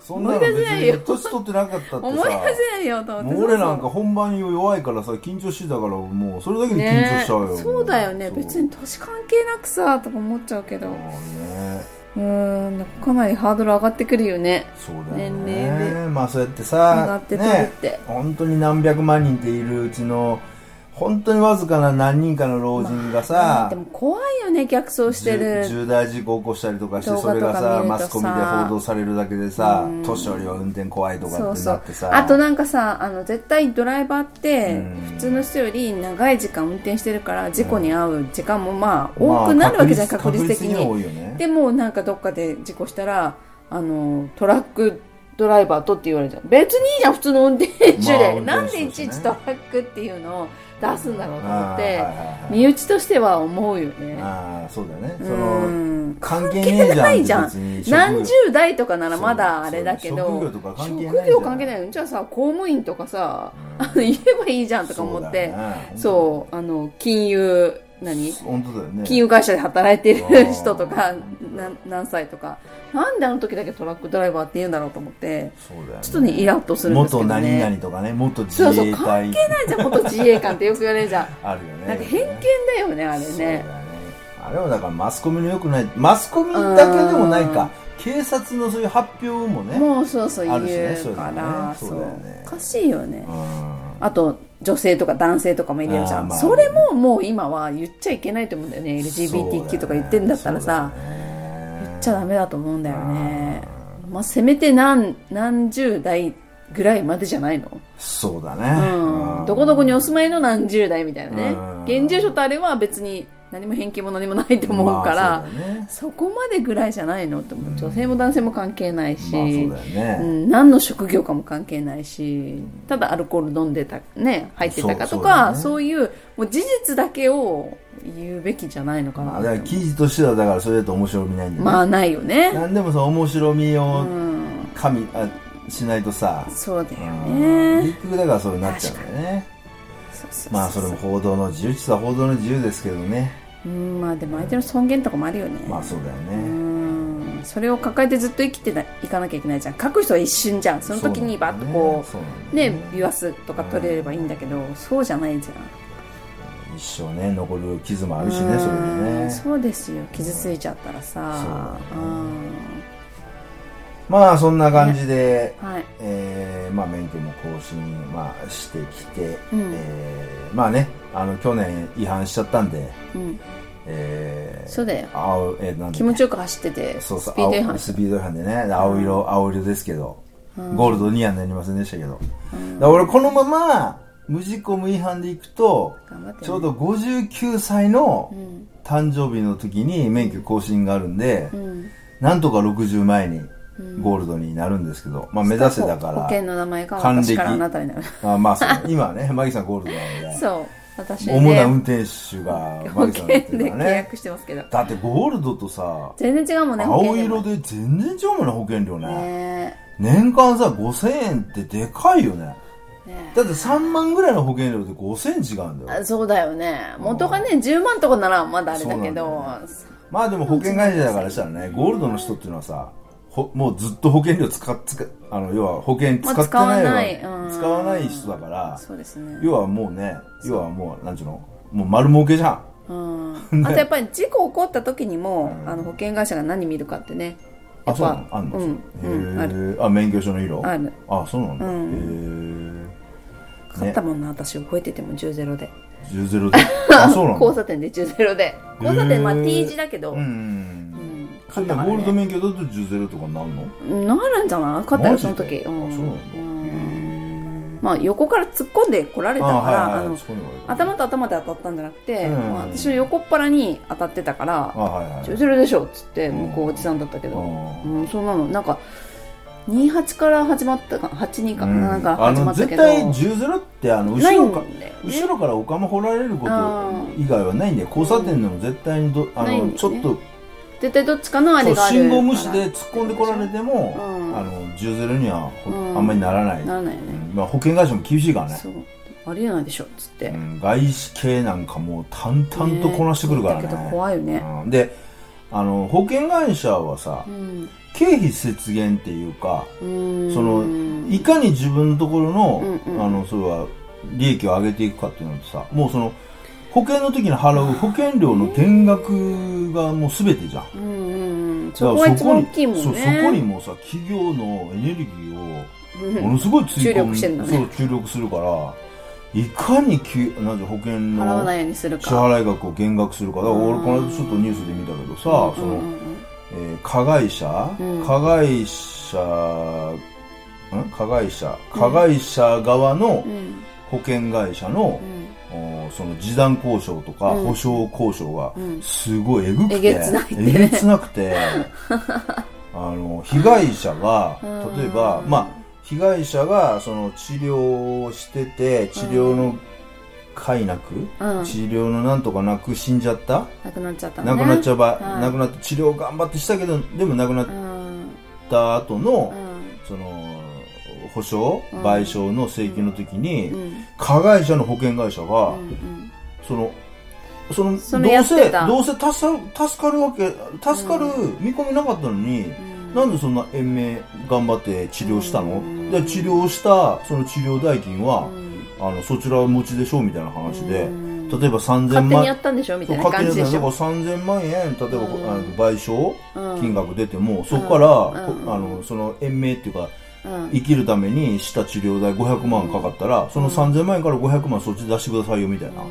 [SPEAKER 2] そんなの別
[SPEAKER 1] 思い出せないよ
[SPEAKER 2] に年取ってなかったって
[SPEAKER 1] 思い出
[SPEAKER 2] さ
[SPEAKER 1] せないよと思っ
[SPEAKER 2] も
[SPEAKER 1] て
[SPEAKER 2] う俺なんか本番に弱いからさ緊張してたからもうそれだけで緊張しちゃうよ、
[SPEAKER 1] ねそうだよね
[SPEAKER 2] そう
[SPEAKER 1] 別に年関係なくさとか思っちゃうけど
[SPEAKER 2] もうね
[SPEAKER 1] うーんかなりハードル上がってくるよね
[SPEAKER 2] そうだよ
[SPEAKER 1] 年齢
[SPEAKER 2] ねまあそうやって
[SPEAKER 1] 上が
[SPEAKER 2] さ
[SPEAKER 1] って取るっ
[SPEAKER 2] ね
[SPEAKER 1] て、
[SPEAKER 2] 本当に何百万人っているうちの本当にわずかな何人かの老人がさ、
[SPEAKER 1] でも怖いよね逆走して
[SPEAKER 2] じゅ
[SPEAKER 1] る
[SPEAKER 2] 重大事故起こしたりとかして
[SPEAKER 1] 動
[SPEAKER 2] そ
[SPEAKER 1] 画
[SPEAKER 2] れ
[SPEAKER 1] とか
[SPEAKER 2] が
[SPEAKER 1] 見
[SPEAKER 2] さ
[SPEAKER 1] るとさ
[SPEAKER 2] マスコミで報道されるだけでさ年寄りは運転怖いと
[SPEAKER 1] そ
[SPEAKER 2] かっ
[SPEAKER 1] う
[SPEAKER 2] て
[SPEAKER 1] そ
[SPEAKER 2] な
[SPEAKER 1] う
[SPEAKER 2] ってさ
[SPEAKER 1] あとなんかさあの絶対ドライバーって
[SPEAKER 2] うん
[SPEAKER 1] 普通の人より長い時間運転してるから事故に遭う時間もまあ多くなるわけじゃん、
[SPEAKER 2] まあ
[SPEAKER 1] 確率的
[SPEAKER 2] 確
[SPEAKER 1] に
[SPEAKER 2] 多いよね
[SPEAKER 1] でもなんかどっかで事故したらあのトラックドライバーとって言われるじゃん別にいいじゃん普通の運転手で、
[SPEAKER 2] まあ
[SPEAKER 1] な
[SPEAKER 2] 運転手
[SPEAKER 1] んでい
[SPEAKER 2] だし
[SPEAKER 1] ち
[SPEAKER 2] ね
[SPEAKER 1] いちトラックっていうのを出すんだろうと思
[SPEAKER 2] あ
[SPEAKER 1] っ
[SPEAKER 2] ー
[SPEAKER 1] て、
[SPEAKER 2] はいはいはい
[SPEAKER 1] 身内としては思うよね
[SPEAKER 2] ああそうだよねそうの
[SPEAKER 1] ん
[SPEAKER 2] 関係ねえじゃん
[SPEAKER 1] ないじゃん
[SPEAKER 2] 別に職業
[SPEAKER 1] 何十代とかならまだあれだけ
[SPEAKER 2] そう
[SPEAKER 1] ど
[SPEAKER 2] 職業とか関係ないじゃん
[SPEAKER 1] 職業関係ないよじゃあさ公務 [laughs] 員とかさ、あの言えばいいじゃんとか思って
[SPEAKER 2] そうだよね
[SPEAKER 1] そう,、あの金融何
[SPEAKER 2] 本当だよね
[SPEAKER 1] 金融会社で働いて
[SPEAKER 2] あー
[SPEAKER 1] る人とかな何歳とかなんであの時だけトラックドライバーって言うんだろうと思って
[SPEAKER 2] そうだよね
[SPEAKER 1] ちょっとねイラッとするんですけど
[SPEAKER 2] 元何
[SPEAKER 1] ね
[SPEAKER 2] 々とかね元自
[SPEAKER 1] そうそう
[SPEAKER 2] 衛
[SPEAKER 1] 関
[SPEAKER 2] 隊
[SPEAKER 1] 係ないじゃん元自衛官ってよく言われるじゃん
[SPEAKER 2] あるよね
[SPEAKER 1] なんか偏見だよねあれ
[SPEAKER 2] そうだよ
[SPEAKER 1] ね
[SPEAKER 2] ねあれはだからマスコミの良くないマスコミだけでもないか警察のそういう発表もね
[SPEAKER 1] もうそうそう
[SPEAKER 2] あ
[SPEAKER 1] 言
[SPEAKER 2] るしね
[SPEAKER 1] うから
[SPEAKER 2] そういうのねそうだよね
[SPEAKER 1] おかしいよね
[SPEAKER 2] うん
[SPEAKER 1] あと女性とか男性とかもいるじゃ
[SPEAKER 2] あー
[SPEAKER 1] ん、
[SPEAKER 2] まあ
[SPEAKER 1] それももう今は言っちゃいけないと思うんだよね
[SPEAKER 2] そうだよね
[SPEAKER 1] LGBTQ とか言ってんだったらさ、
[SPEAKER 2] そうだよね
[SPEAKER 1] 言っちゃダメだと思うんだよねまあせめて何何十代ぐらいまでじゃないの
[SPEAKER 2] そうだ
[SPEAKER 1] う
[SPEAKER 2] ね
[SPEAKER 1] んどこどこにお住まいの何十代みたいな
[SPEAKER 2] うん
[SPEAKER 1] ね現住所とあれは別に何も偏見も何もないと思うから、
[SPEAKER 2] まあそうだよね
[SPEAKER 1] そこまでぐらいじゃないのって思う女性も男性も関係ないし、
[SPEAKER 2] まあそうだよね
[SPEAKER 1] うん、何の職業かも関係ないしただアルコール飲んでた、ね、入ってたかとか
[SPEAKER 2] そう
[SPEAKER 1] そう
[SPEAKER 2] そ
[SPEAKER 1] いうもう事実だけを言うべきじゃないのか
[SPEAKER 2] ま
[SPEAKER 1] な
[SPEAKER 2] あだから記事としてはだからそれだと面白みないんだよね
[SPEAKER 1] まあないよね、
[SPEAKER 2] 何でもさ面白み
[SPEAKER 1] う
[SPEAKER 2] を
[SPEAKER 1] ん、
[SPEAKER 2] 加味あしないとさ
[SPEAKER 1] そうだよ
[SPEAKER 2] うん
[SPEAKER 1] ね
[SPEAKER 2] 結局だからそうなっちゃうんだよね
[SPEAKER 1] そうそうそう
[SPEAKER 2] まあそれも報道の自由実は報道の自由ですけどね
[SPEAKER 1] うんまあでも相手の尊厳とかもあるよね、
[SPEAKER 2] まあそうだよ
[SPEAKER 1] う
[SPEAKER 2] ね
[SPEAKER 1] んそれを抱えてずっと生きてないかなきゃいけないじゃん書く人は一瞬じゃんその時にバッとこ
[SPEAKER 2] そうなん
[SPEAKER 1] う
[SPEAKER 2] だよ
[SPEAKER 1] ね
[SPEAKER 2] ね
[SPEAKER 1] ビワスとか取れればいいんだけどそうじゃないじゃん
[SPEAKER 2] 一生ね残る傷もあるし
[SPEAKER 1] う
[SPEAKER 2] ね
[SPEAKER 1] ん
[SPEAKER 2] それでね
[SPEAKER 1] そうですよ傷ついちゃったらさ
[SPEAKER 2] そうだ
[SPEAKER 1] う
[SPEAKER 2] まあそんな感じで、
[SPEAKER 1] んはい
[SPEAKER 2] えーまあ免許も更新、まあ、してきて、
[SPEAKER 1] うん
[SPEAKER 2] えーまあねあの去年違反しちゃったんで、
[SPEAKER 1] うん
[SPEAKER 2] えー、
[SPEAKER 1] そうだよ
[SPEAKER 2] 青えーなんだっけ
[SPEAKER 1] 気持ちよく走っててスピ
[SPEAKER 2] そうそう
[SPEAKER 1] ード違反
[SPEAKER 2] 青
[SPEAKER 1] し
[SPEAKER 2] スピード違反でね青色、青色ですけど、ゴールドにはなりませんでしたけど、だから俺このまま無事故無違反でいくと
[SPEAKER 1] 頑張ってね
[SPEAKER 2] ちょうど59歳の
[SPEAKER 1] ん
[SPEAKER 2] 誕生日の時に免許更新があるんで、
[SPEAKER 1] うん
[SPEAKER 2] なんとか60前にゴールドになるんですけど、まあ目指せだか
[SPEAKER 1] 保
[SPEAKER 2] ら
[SPEAKER 1] 険の名前が
[SPEAKER 2] 還暦
[SPEAKER 1] 私からあなたになる
[SPEAKER 2] あまあそうね今はね、マ [laughs] ギさんゴールドなので、
[SPEAKER 1] そう私
[SPEAKER 2] 主な運
[SPEAKER 1] ね
[SPEAKER 2] 転手が
[SPEAKER 1] 保
[SPEAKER 2] マギさ
[SPEAKER 1] 険
[SPEAKER 2] ん
[SPEAKER 1] で
[SPEAKER 2] だっていうから
[SPEAKER 1] 契
[SPEAKER 2] ね
[SPEAKER 1] 約。してますけど
[SPEAKER 2] だってゴールドとさ、
[SPEAKER 1] 全然違うもんね保険
[SPEAKER 2] 青
[SPEAKER 1] でも
[SPEAKER 2] 色で全然違うもんね、保険料ね。
[SPEAKER 1] ね
[SPEAKER 2] 年間さ、5000円ってでかいよね。
[SPEAKER 1] ね
[SPEAKER 2] だって3万ぐらいの保険料で5000円違うんだよ。
[SPEAKER 1] あそうだよね元がね10万とかならまだあれだけ
[SPEAKER 2] そう
[SPEAKER 1] ど
[SPEAKER 2] なんまあでも保険会社だからしたらね、ゴールドの人っていうのはさ、ほもうずっと保険料使っ、使っあの、要は保険使ってない
[SPEAKER 1] まあ
[SPEAKER 2] 使
[SPEAKER 1] 使
[SPEAKER 2] わ
[SPEAKER 1] わ
[SPEAKER 2] な
[SPEAKER 1] ないい
[SPEAKER 2] 使わない人だから、
[SPEAKER 1] そうですね
[SPEAKER 2] 要はもうね、要はもう、なんちゅうの、もう丸儲けじゃん。
[SPEAKER 1] うんあとやっぱり事故起こった時にもあの保険会社が何見るかってねや
[SPEAKER 2] あ、
[SPEAKER 1] っ
[SPEAKER 2] そうな
[SPEAKER 1] ぱ
[SPEAKER 2] のあんの、
[SPEAKER 1] うんうんある
[SPEAKER 2] へえ。あ、免許証の色
[SPEAKER 1] ある
[SPEAKER 2] あ、そうなんだ。
[SPEAKER 1] う
[SPEAKER 2] へえ。
[SPEAKER 1] 買ったもんな私覚えてても10ゼロで
[SPEAKER 2] 10ゼロで。
[SPEAKER 1] [laughs]
[SPEAKER 2] あ、そうなんだ。
[SPEAKER 1] 交差点で10ゼロで交差点まあ
[SPEAKER 2] へー
[SPEAKER 1] T 字だけど
[SPEAKER 2] う。
[SPEAKER 1] うんん
[SPEAKER 2] そ
[SPEAKER 1] 買った
[SPEAKER 2] れで
[SPEAKER 1] か
[SPEAKER 2] ゴ
[SPEAKER 1] ら
[SPEAKER 2] ールド
[SPEAKER 1] ね
[SPEAKER 2] 免許だと10ゼロとかになるの
[SPEAKER 1] なるんじゃない買った
[SPEAKER 2] マ
[SPEAKER 1] よそ
[SPEAKER 2] ジで
[SPEAKER 1] の時う
[SPEAKER 2] あ
[SPEAKER 1] ん
[SPEAKER 2] そうなんだ
[SPEAKER 1] うんまあ横から突っ込んで来られた
[SPEAKER 2] あ、
[SPEAKER 1] からあ
[SPEAKER 2] はいは
[SPEAKER 1] の
[SPEAKER 2] い。そこにもある
[SPEAKER 1] 頭と頭で当たったんじゃなくて、
[SPEAKER 2] うん
[SPEAKER 1] まあ私の横っ腹に当たってたから
[SPEAKER 2] あ、はいは
[SPEAKER 1] 「
[SPEAKER 2] い。
[SPEAKER 1] 10ゼロでしょ」っつって
[SPEAKER 2] うん
[SPEAKER 1] 向こうおじさんだったけど、
[SPEAKER 2] う
[SPEAKER 1] うんそんなのなんか28から始まったか82かな、なんか
[SPEAKER 2] あ
[SPEAKER 1] 始ま
[SPEAKER 2] の、
[SPEAKER 1] った
[SPEAKER 2] 絶
[SPEAKER 1] けど
[SPEAKER 2] 対10ゼロって、あの、後
[SPEAKER 1] ない
[SPEAKER 2] ろ
[SPEAKER 1] ん
[SPEAKER 2] か、
[SPEAKER 1] だよ
[SPEAKER 2] 後ろからお釜掘られること
[SPEAKER 1] あ
[SPEAKER 2] 以外はないんで、交差点でも絶対にど、あ
[SPEAKER 1] ないん
[SPEAKER 2] の、
[SPEAKER 1] ですね
[SPEAKER 2] ちょっと、
[SPEAKER 1] 絶対どっちかのあ
[SPEAKER 2] そ
[SPEAKER 1] れ
[SPEAKER 2] う
[SPEAKER 1] がある
[SPEAKER 2] 信号無視で突っ込んでこられても、
[SPEAKER 1] うん
[SPEAKER 2] あの、10ゼロにはほ
[SPEAKER 1] うん
[SPEAKER 2] あんまりならない。
[SPEAKER 1] ならないよ
[SPEAKER 2] う
[SPEAKER 1] ね、
[SPEAKER 2] んまあ、保険会社も厳しいからね。
[SPEAKER 1] そうありえないでしょっつって、
[SPEAKER 2] うん外資系なんかもう淡々とこなしてくるからね
[SPEAKER 1] だけど怖いよね、
[SPEAKER 2] うんであの保険会社はさ
[SPEAKER 1] うん
[SPEAKER 2] 経費節減っていうか
[SPEAKER 1] うん
[SPEAKER 2] そのいかに自分のところの,、
[SPEAKER 1] うんうん
[SPEAKER 2] あのそれは利益を上げていくかっていうのとさもうその保険の時に払う保険料の減額がもう全てじゃん。
[SPEAKER 1] うんうんうん
[SPEAKER 2] だか
[SPEAKER 1] そこが
[SPEAKER 2] ら
[SPEAKER 1] 一番大きいもんね
[SPEAKER 2] そうそこにもさ企業のエネルギーを
[SPEAKER 1] うん
[SPEAKER 2] ものすごい追
[SPEAKER 1] 注力してんだね
[SPEAKER 2] そう注力するからいかにきなんて保険の
[SPEAKER 1] 払わないようにする
[SPEAKER 2] 支
[SPEAKER 1] か
[SPEAKER 2] 払額を減額するからだから俺
[SPEAKER 1] うん
[SPEAKER 2] この間ちょっとニュースで見たけどさ、そ
[SPEAKER 1] うんうん
[SPEAKER 2] の、
[SPEAKER 1] うん
[SPEAKER 2] えー加害者、
[SPEAKER 1] うん
[SPEAKER 2] 加害者ん加害者加害者側の
[SPEAKER 1] うん
[SPEAKER 2] 保険会社の
[SPEAKER 1] う、ん
[SPEAKER 2] おーその示談交渉とか
[SPEAKER 1] うん
[SPEAKER 2] 保証交渉が
[SPEAKER 1] うん
[SPEAKER 2] すごいえぐくて、
[SPEAKER 1] えげつないってね
[SPEAKER 2] えげつなく
[SPEAKER 1] [laughs]
[SPEAKER 2] てあの被害者が
[SPEAKER 1] うん
[SPEAKER 2] 例えば、まあ、被害者がその治療をしてて治療の快諾、
[SPEAKER 1] うん
[SPEAKER 2] 治療のなんとかなく死んじゃった、
[SPEAKER 1] なくなっちゃったね
[SPEAKER 2] 亡くなっちゃう場合、
[SPEAKER 1] はい
[SPEAKER 2] 亡くなって治療頑張ってしたけどでも亡くなっ
[SPEAKER 1] うん
[SPEAKER 2] た後の、
[SPEAKER 1] う
[SPEAKER 2] その保証
[SPEAKER 1] うん
[SPEAKER 2] 賠償の請求の時に、
[SPEAKER 1] んうん
[SPEAKER 2] 加害者の保険会社が、
[SPEAKER 1] うん
[SPEAKER 2] そのその
[SPEAKER 1] それ
[SPEAKER 2] ど
[SPEAKER 1] や
[SPEAKER 2] う
[SPEAKER 1] っ
[SPEAKER 2] せ
[SPEAKER 1] てた
[SPEAKER 2] どうせ助か助かるわけ助かる見込みなかったのに、なんでそんな延命頑張って治療したの、
[SPEAKER 1] うん
[SPEAKER 2] で治療したその治療代金は、
[SPEAKER 1] うん
[SPEAKER 2] あのそちら持ちでしょうみたいな話で、
[SPEAKER 1] うん
[SPEAKER 2] 例えば3000
[SPEAKER 1] 勝手
[SPEAKER 2] 万
[SPEAKER 1] にやったんでしょみたいな
[SPEAKER 2] 勝
[SPEAKER 1] 感
[SPEAKER 2] 手
[SPEAKER 1] じ
[SPEAKER 2] に
[SPEAKER 1] で
[SPEAKER 2] やっ
[SPEAKER 1] した
[SPEAKER 2] だから
[SPEAKER 1] ょ。
[SPEAKER 2] 3000万円例えば、
[SPEAKER 1] ん
[SPEAKER 2] あの賠
[SPEAKER 1] う
[SPEAKER 2] 償
[SPEAKER 1] ん
[SPEAKER 2] 金額出ても、そこから、
[SPEAKER 1] うん
[SPEAKER 2] こあのその延命っていうか
[SPEAKER 1] うん
[SPEAKER 2] 生きるためにした治療代500万かかったら、その3000万円から500万そっち出してくださいよみたいな、
[SPEAKER 1] だ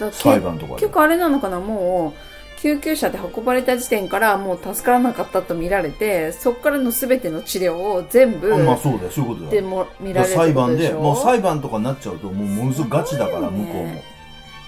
[SPEAKER 1] から
[SPEAKER 2] 裁判とかで
[SPEAKER 1] 結局あれなのかなもう救急車で運ばれた時点からもう助からなかったと見られてそこからの全ての治療を全部
[SPEAKER 2] あまあそうだよそういうことだ
[SPEAKER 1] で
[SPEAKER 2] よ
[SPEAKER 1] も見ら
[SPEAKER 2] だ
[SPEAKER 1] れ
[SPEAKER 2] から
[SPEAKER 1] るって
[SPEAKER 2] 裁
[SPEAKER 1] こと
[SPEAKER 2] 判
[SPEAKER 1] で
[SPEAKER 2] で
[SPEAKER 1] しょ
[SPEAKER 2] もう裁判とかになっちゃうともうものすごくガチだか
[SPEAKER 1] すご
[SPEAKER 2] ら
[SPEAKER 1] いよ
[SPEAKER 2] 向
[SPEAKER 1] ね
[SPEAKER 2] こうも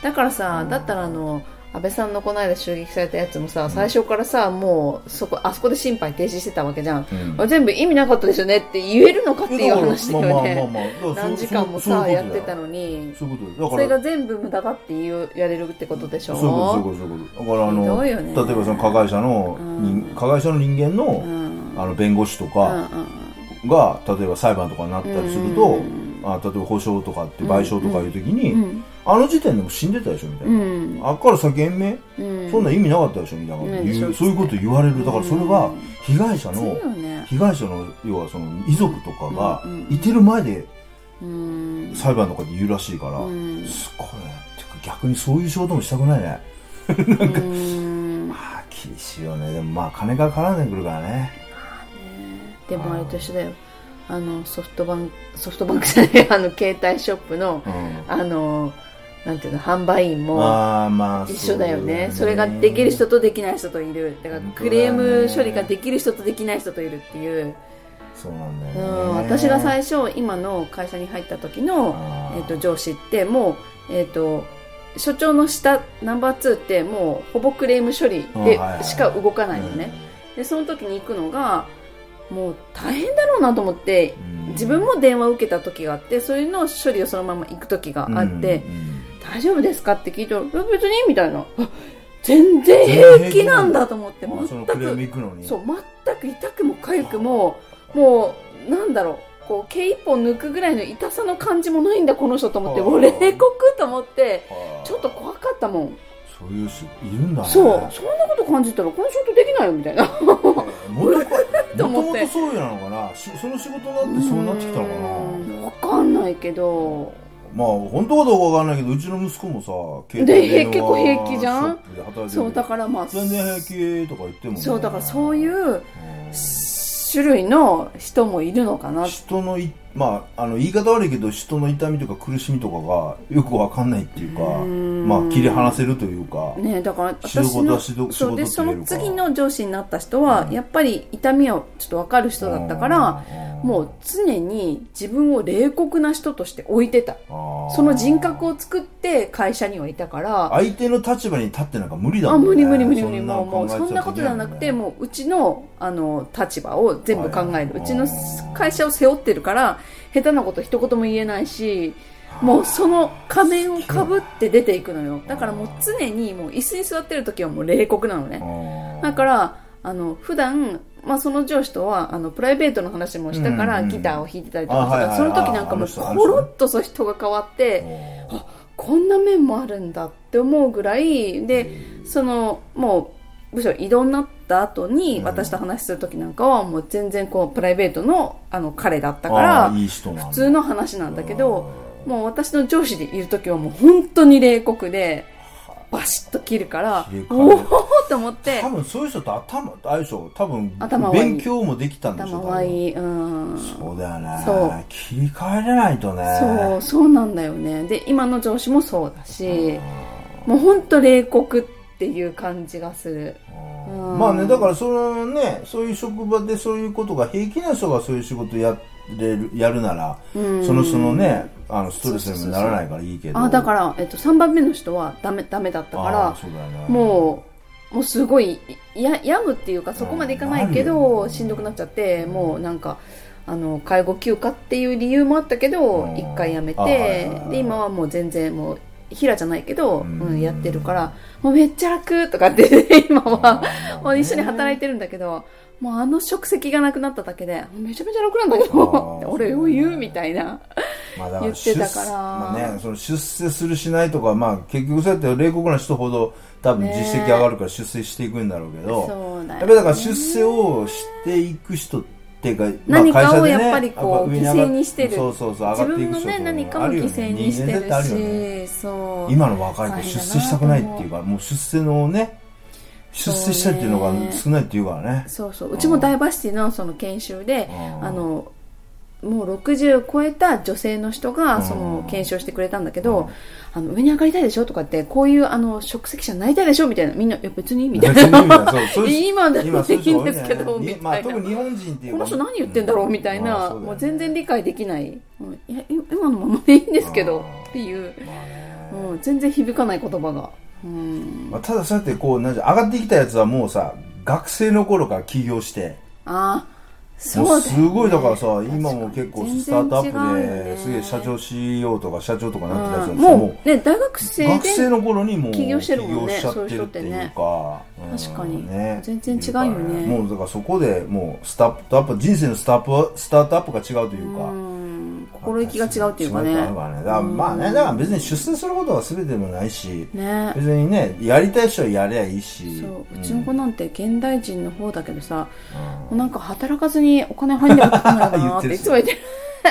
[SPEAKER 1] だからさだったらあの安倍さんのこの間襲撃されたやつもさ最初からさもうそこあそこで審判停止してたわけじゃん、
[SPEAKER 2] うん
[SPEAKER 1] あ全部意味なかったですよねって言えるのかって
[SPEAKER 2] い
[SPEAKER 1] いう
[SPEAKER 2] やだから
[SPEAKER 1] 話だよね
[SPEAKER 2] まあまあまあまあだから
[SPEAKER 1] 何時間も
[SPEAKER 2] そう
[SPEAKER 1] さ
[SPEAKER 2] いう
[SPEAKER 1] や
[SPEAKER 2] こと
[SPEAKER 1] っ
[SPEAKER 2] だよ
[SPEAKER 1] てたのに
[SPEAKER 2] そういうことだよ
[SPEAKER 1] そ
[SPEAKER 2] だ
[SPEAKER 1] れ
[SPEAKER 2] から
[SPEAKER 1] が全部無駄だって言うやれるってことでしょ
[SPEAKER 2] そういうことそういうことそういうことだからあ
[SPEAKER 1] ひどいよ
[SPEAKER 2] の、
[SPEAKER 1] ね
[SPEAKER 2] 例えばその加害者の、
[SPEAKER 1] うん
[SPEAKER 2] 人加害者の人間の、
[SPEAKER 1] うん
[SPEAKER 2] あの弁護士と
[SPEAKER 1] うん
[SPEAKER 2] か
[SPEAKER 1] うん
[SPEAKER 2] が、例えば裁判とかになったりすると、
[SPEAKER 1] うん
[SPEAKER 2] あ例えば保証とかって賠償とかいう時に、
[SPEAKER 1] うん
[SPEAKER 2] あの時点でもう死んでたでしょみたいな、
[SPEAKER 1] うん
[SPEAKER 2] あっから先延命、
[SPEAKER 1] うん
[SPEAKER 2] そんな意味なかったでしょみたいなこと言う、
[SPEAKER 1] うん
[SPEAKER 2] そういうこと言われるだからそれが
[SPEAKER 1] うん
[SPEAKER 2] 被害者の、
[SPEAKER 1] そうよね
[SPEAKER 2] 被害者の要はその遺族とかが
[SPEAKER 1] うんうん
[SPEAKER 2] いてる前で
[SPEAKER 1] うん
[SPEAKER 2] 裁判とかで言うらしいから、
[SPEAKER 1] うん
[SPEAKER 2] すごいねてか逆にそういう仕事もしたくないね
[SPEAKER 1] うん
[SPEAKER 2] まあ厳しいよねでもまあ金が絡んでくるからね
[SPEAKER 1] でもあれと一緒だよあのソフトバンクソフトバンクじゃないあの携帯ショップの
[SPEAKER 2] うん
[SPEAKER 1] あのなんていうの販売員も
[SPEAKER 2] ああまあ
[SPEAKER 1] 一緒だよねそれができる人とできない人といるだから
[SPEAKER 2] 本当だ
[SPEAKER 1] ク
[SPEAKER 2] ね
[SPEAKER 1] レーム処理ができる人とできない人といるっていう、
[SPEAKER 2] そうなんだよ
[SPEAKER 1] う
[SPEAKER 2] ね
[SPEAKER 1] ん、私が最初今の会社に入った時の
[SPEAKER 2] あー
[SPEAKER 1] えっと上司ってもう、えっと所長の下ナンバー2ってもうほぼクレーム処理
[SPEAKER 2] うんはい
[SPEAKER 1] で
[SPEAKER 2] はいはい
[SPEAKER 1] しか動かないのね、でその時に行くのがもう大変だろうなと思って
[SPEAKER 2] うん
[SPEAKER 1] 自分も電話を受けた時があってそういうのを処理をそのまま行く時があって、
[SPEAKER 2] うんうん
[SPEAKER 1] 大丈夫ですかって聞いたらいや別にみたいなあ全然平気なんだと思って
[SPEAKER 2] まあそ
[SPEAKER 1] 全
[SPEAKER 2] のクレーム
[SPEAKER 1] く
[SPEAKER 2] 行くのに
[SPEAKER 1] そう全く痛くも痒くももうなんだろうこう毛一本抜くぐらいの痛さの感じもないんだこの人と思って
[SPEAKER 2] あー
[SPEAKER 1] 俺冷酷と思って
[SPEAKER 2] あー
[SPEAKER 1] ちょっと怖かったもん
[SPEAKER 2] そういう人いるんだね
[SPEAKER 1] そうそんなこと感じたらこの仕事できないよみたいな
[SPEAKER 2] [laughs] もともと
[SPEAKER 1] と
[SPEAKER 2] も
[SPEAKER 1] 思
[SPEAKER 2] と
[SPEAKER 1] って
[SPEAKER 2] もとそうなのかなしその仕事だってそうなってきたのか
[SPEAKER 1] 分
[SPEAKER 2] な
[SPEAKER 1] かんないけど
[SPEAKER 2] まあ本当かどうかわかんないけどうちの息子もさ
[SPEAKER 1] で
[SPEAKER 2] 携帯電話
[SPEAKER 1] 結構平気じゃん
[SPEAKER 2] ショップで働いてる
[SPEAKER 1] そうだからまあ
[SPEAKER 2] 全然平気とか言ってもね
[SPEAKER 1] そうだからそうい
[SPEAKER 2] ん
[SPEAKER 1] う種類の人もいるのかなって
[SPEAKER 2] 人のいまああの言い方悪いけど人の痛みとか苦しみとかがよくわかんないっていうか
[SPEAKER 1] ん
[SPEAKER 2] まあ切り離せるというか
[SPEAKER 1] ねだから私
[SPEAKER 2] 仕事
[SPEAKER 1] の
[SPEAKER 2] は仕事
[SPEAKER 1] そうで
[SPEAKER 2] 仕
[SPEAKER 1] そ
[SPEAKER 2] 事っ
[SPEAKER 1] の
[SPEAKER 2] て言えるか
[SPEAKER 1] 次の上司になった人は、やっぱり痛みをちょっと分かる人だったから、もう常に自分を冷酷な人として置いてたそ
[SPEAKER 2] そ
[SPEAKER 1] の人格を作って会社にはいたから
[SPEAKER 2] 相手の立場に立ってなんか無理だも
[SPEAKER 1] あ
[SPEAKER 2] んね
[SPEAKER 1] 無理無理無理無理
[SPEAKER 2] そんな
[SPEAKER 1] も
[SPEAKER 2] の
[SPEAKER 1] うもう
[SPEAKER 2] 考えちゃ
[SPEAKER 1] そんなことじゃなくて
[SPEAKER 2] う
[SPEAKER 1] もううちのあの立場を全部考
[SPEAKER 2] は
[SPEAKER 1] え
[SPEAKER 2] い
[SPEAKER 1] る
[SPEAKER 2] はいう
[SPEAKER 1] ちの会社を背負ってるから下手なこと一言も言えないしもうその仮面をかぶって出ていくのよだからもう常にもう椅子に座ってる時はもう冷酷なのね
[SPEAKER 2] ん
[SPEAKER 1] だから、あの、普段、まあ、その上司とは、あの、プライベートの話もしたか
[SPEAKER 2] うん
[SPEAKER 1] ら、
[SPEAKER 2] うんうん
[SPEAKER 1] ギターを弾いてたりとか
[SPEAKER 2] あ
[SPEAKER 1] して
[SPEAKER 2] はい
[SPEAKER 1] た
[SPEAKER 2] はい
[SPEAKER 1] その時なんかも
[SPEAKER 2] ああの
[SPEAKER 1] う、
[SPEAKER 2] 人
[SPEAKER 1] コ
[SPEAKER 2] あの人
[SPEAKER 1] ロッとそう人が変わって、あこんな面もあるんだって思うぐらい、で、その、もう、部署異動になった後に、
[SPEAKER 2] うん
[SPEAKER 1] 私と話する時なんかは、もう全然こう、プライベートの、あの、彼だった
[SPEAKER 2] だ
[SPEAKER 1] から、
[SPEAKER 2] いい人なんだ
[SPEAKER 1] 普通の話なんだけど、もう私の上司でいる時はもう本当に冷酷で、バシッと切るから
[SPEAKER 2] 切る、から
[SPEAKER 1] おおーと思って
[SPEAKER 2] 多、分そういう人と頭相性多分
[SPEAKER 1] 頭はいい
[SPEAKER 2] 勉強もできたんでしょ
[SPEAKER 1] 頭
[SPEAKER 2] 多分
[SPEAKER 1] はいい、うん。
[SPEAKER 2] そうだよね
[SPEAKER 1] そう
[SPEAKER 2] 切り替えれないとね
[SPEAKER 1] そう、そうなんだよね。で、今の上司もそうだし、もうほんと冷酷っていう感じがする。うん
[SPEAKER 2] まあねだからそのねそういう職場でそういうことが平気な人がそういう仕事やれるやるなら、
[SPEAKER 1] うん
[SPEAKER 2] その人のねあのストレスにもならないからいいけど
[SPEAKER 1] あ、だから、えっと、3番目の人はダメ、ダメだったか
[SPEAKER 2] あー
[SPEAKER 1] ら、
[SPEAKER 2] そうだよね
[SPEAKER 1] もう、もうすごい、いや、病むっていうか、そこまでいかないけ
[SPEAKER 2] う
[SPEAKER 1] ど、
[SPEAKER 2] ん
[SPEAKER 1] しんどくなっちゃって、もうなんか、あの、介護休暇っていう理由もあったけど
[SPEAKER 2] う、ん
[SPEAKER 1] 一回やめ
[SPEAKER 2] あはいはい
[SPEAKER 1] て
[SPEAKER 2] はい、
[SPEAKER 1] で、今はもう全然もう、平じゃないけど、
[SPEAKER 2] うん
[SPEAKER 1] うん、やってるから、もうめっちゃ楽とか
[SPEAKER 2] [laughs]
[SPEAKER 1] って、今は、
[SPEAKER 2] あー
[SPEAKER 1] もう一緒に働いてるんだけど、も [laughs] うあの職責がなくなっただけで、めちゃめちゃ楽なんだけど、
[SPEAKER 2] あー
[SPEAKER 1] 俺余裕みたいな
[SPEAKER 2] まあだ
[SPEAKER 1] 言ってたから
[SPEAKER 2] 出まあね、その出世するしないとか、まあ結局そうやって冷酷な人ほど多分実績上がるから出世していくんだろうけど、
[SPEAKER 1] そうだ
[SPEAKER 2] やっ
[SPEAKER 1] よ
[SPEAKER 2] ぱりだから出世をしていく人っていうか、まあ
[SPEAKER 1] 何か
[SPEAKER 2] 会社
[SPEAKER 1] を
[SPEAKER 2] でね
[SPEAKER 1] やっぱりこう
[SPEAKER 2] やっぱ上上が
[SPEAKER 1] 犠牲にしてる
[SPEAKER 2] そうそうそ
[SPEAKER 1] 自
[SPEAKER 2] う、上がってい
[SPEAKER 1] 分
[SPEAKER 2] く
[SPEAKER 1] の
[SPEAKER 2] 人
[SPEAKER 1] ね
[SPEAKER 2] と
[SPEAKER 1] 何か
[SPEAKER 2] あ
[SPEAKER 1] も
[SPEAKER 2] る
[SPEAKER 1] 犠
[SPEAKER 2] よね
[SPEAKER 1] 牲にして
[SPEAKER 2] 人間性ってあ
[SPEAKER 1] る
[SPEAKER 2] るよね。
[SPEAKER 1] しそう
[SPEAKER 2] 今の若い子出世したくないっていうから、もう出世のね、出世したいっていうのが少ないっていうからね。
[SPEAKER 1] そうそううちもダイバーシティのその研修で
[SPEAKER 2] うん
[SPEAKER 1] あのもう60超えた女性の人が
[SPEAKER 2] うん
[SPEAKER 1] その検証してくれたんだけど、あの上に上がりたいでしょとかってこういうあの職責者になりたいでしょみたいなみんないや別にみたい
[SPEAKER 2] 別にみたい
[SPEAKER 1] な
[SPEAKER 2] なそう
[SPEAKER 1] [laughs]
[SPEAKER 2] そういう
[SPEAKER 1] 今だと
[SPEAKER 2] そう
[SPEAKER 1] で
[SPEAKER 2] う
[SPEAKER 1] き
[SPEAKER 2] 人
[SPEAKER 1] るん
[SPEAKER 2] 多い
[SPEAKER 1] で
[SPEAKER 2] ね
[SPEAKER 1] すけどみ
[SPEAKER 2] にま
[SPEAKER 1] た
[SPEAKER 2] あ、
[SPEAKER 1] い
[SPEAKER 2] 特
[SPEAKER 1] な
[SPEAKER 2] に日本人っていう
[SPEAKER 1] こ
[SPEAKER 2] か
[SPEAKER 1] の人何言ってんだろうみたいな、
[SPEAKER 2] ん
[SPEAKER 1] も
[SPEAKER 2] まあ
[SPEAKER 1] う
[SPEAKER 2] そだよ
[SPEAKER 1] 全
[SPEAKER 2] ね
[SPEAKER 1] 然理解できない,、うん、いやい今のままでいいんですけど
[SPEAKER 2] あー
[SPEAKER 1] っていう、
[SPEAKER 2] まあね
[SPEAKER 1] うん、全然響かない言葉が、うん、
[SPEAKER 2] まあ、ただそうやってこうなんじゃ上がってきたやつはもうさ学生の頃から起業して
[SPEAKER 1] あーそうだよ
[SPEAKER 2] もう
[SPEAKER 1] ね
[SPEAKER 2] すごいだからさ
[SPEAKER 1] 確に
[SPEAKER 2] 今も結構
[SPEAKER 1] 全然
[SPEAKER 2] スタートアップ
[SPEAKER 1] 違うよ
[SPEAKER 2] で
[SPEAKER 1] ね
[SPEAKER 2] すげえ社長 CEO とか社長とかなってた
[SPEAKER 1] うん
[SPEAKER 2] やつなんですけど
[SPEAKER 1] も
[SPEAKER 2] も
[SPEAKER 1] うね大学生
[SPEAKER 2] う
[SPEAKER 1] で
[SPEAKER 2] 学生の頃にもう
[SPEAKER 1] 起業してるもんね
[SPEAKER 2] 起業しちゃってるっていうかうん
[SPEAKER 1] 確かに
[SPEAKER 2] ね
[SPEAKER 1] 全然違うよね
[SPEAKER 2] っていうかもうだからそこでもうスタートアップ人生のスタートスタートアップが違うというか
[SPEAKER 1] うん心意気が違うっていうかね
[SPEAKER 2] 違ってあるからだからまあねだから別に出世することは全てでもないし
[SPEAKER 1] ね
[SPEAKER 2] 別にねやりたい人はやりゃいいし
[SPEAKER 1] そう
[SPEAKER 2] う
[SPEAKER 1] うんちの子なんて現代人の方だけどさ、もうなんか働かずにお金入んなかったんだろうなって
[SPEAKER 2] [laughs] 言ってる
[SPEAKER 1] いつも言ってる [laughs]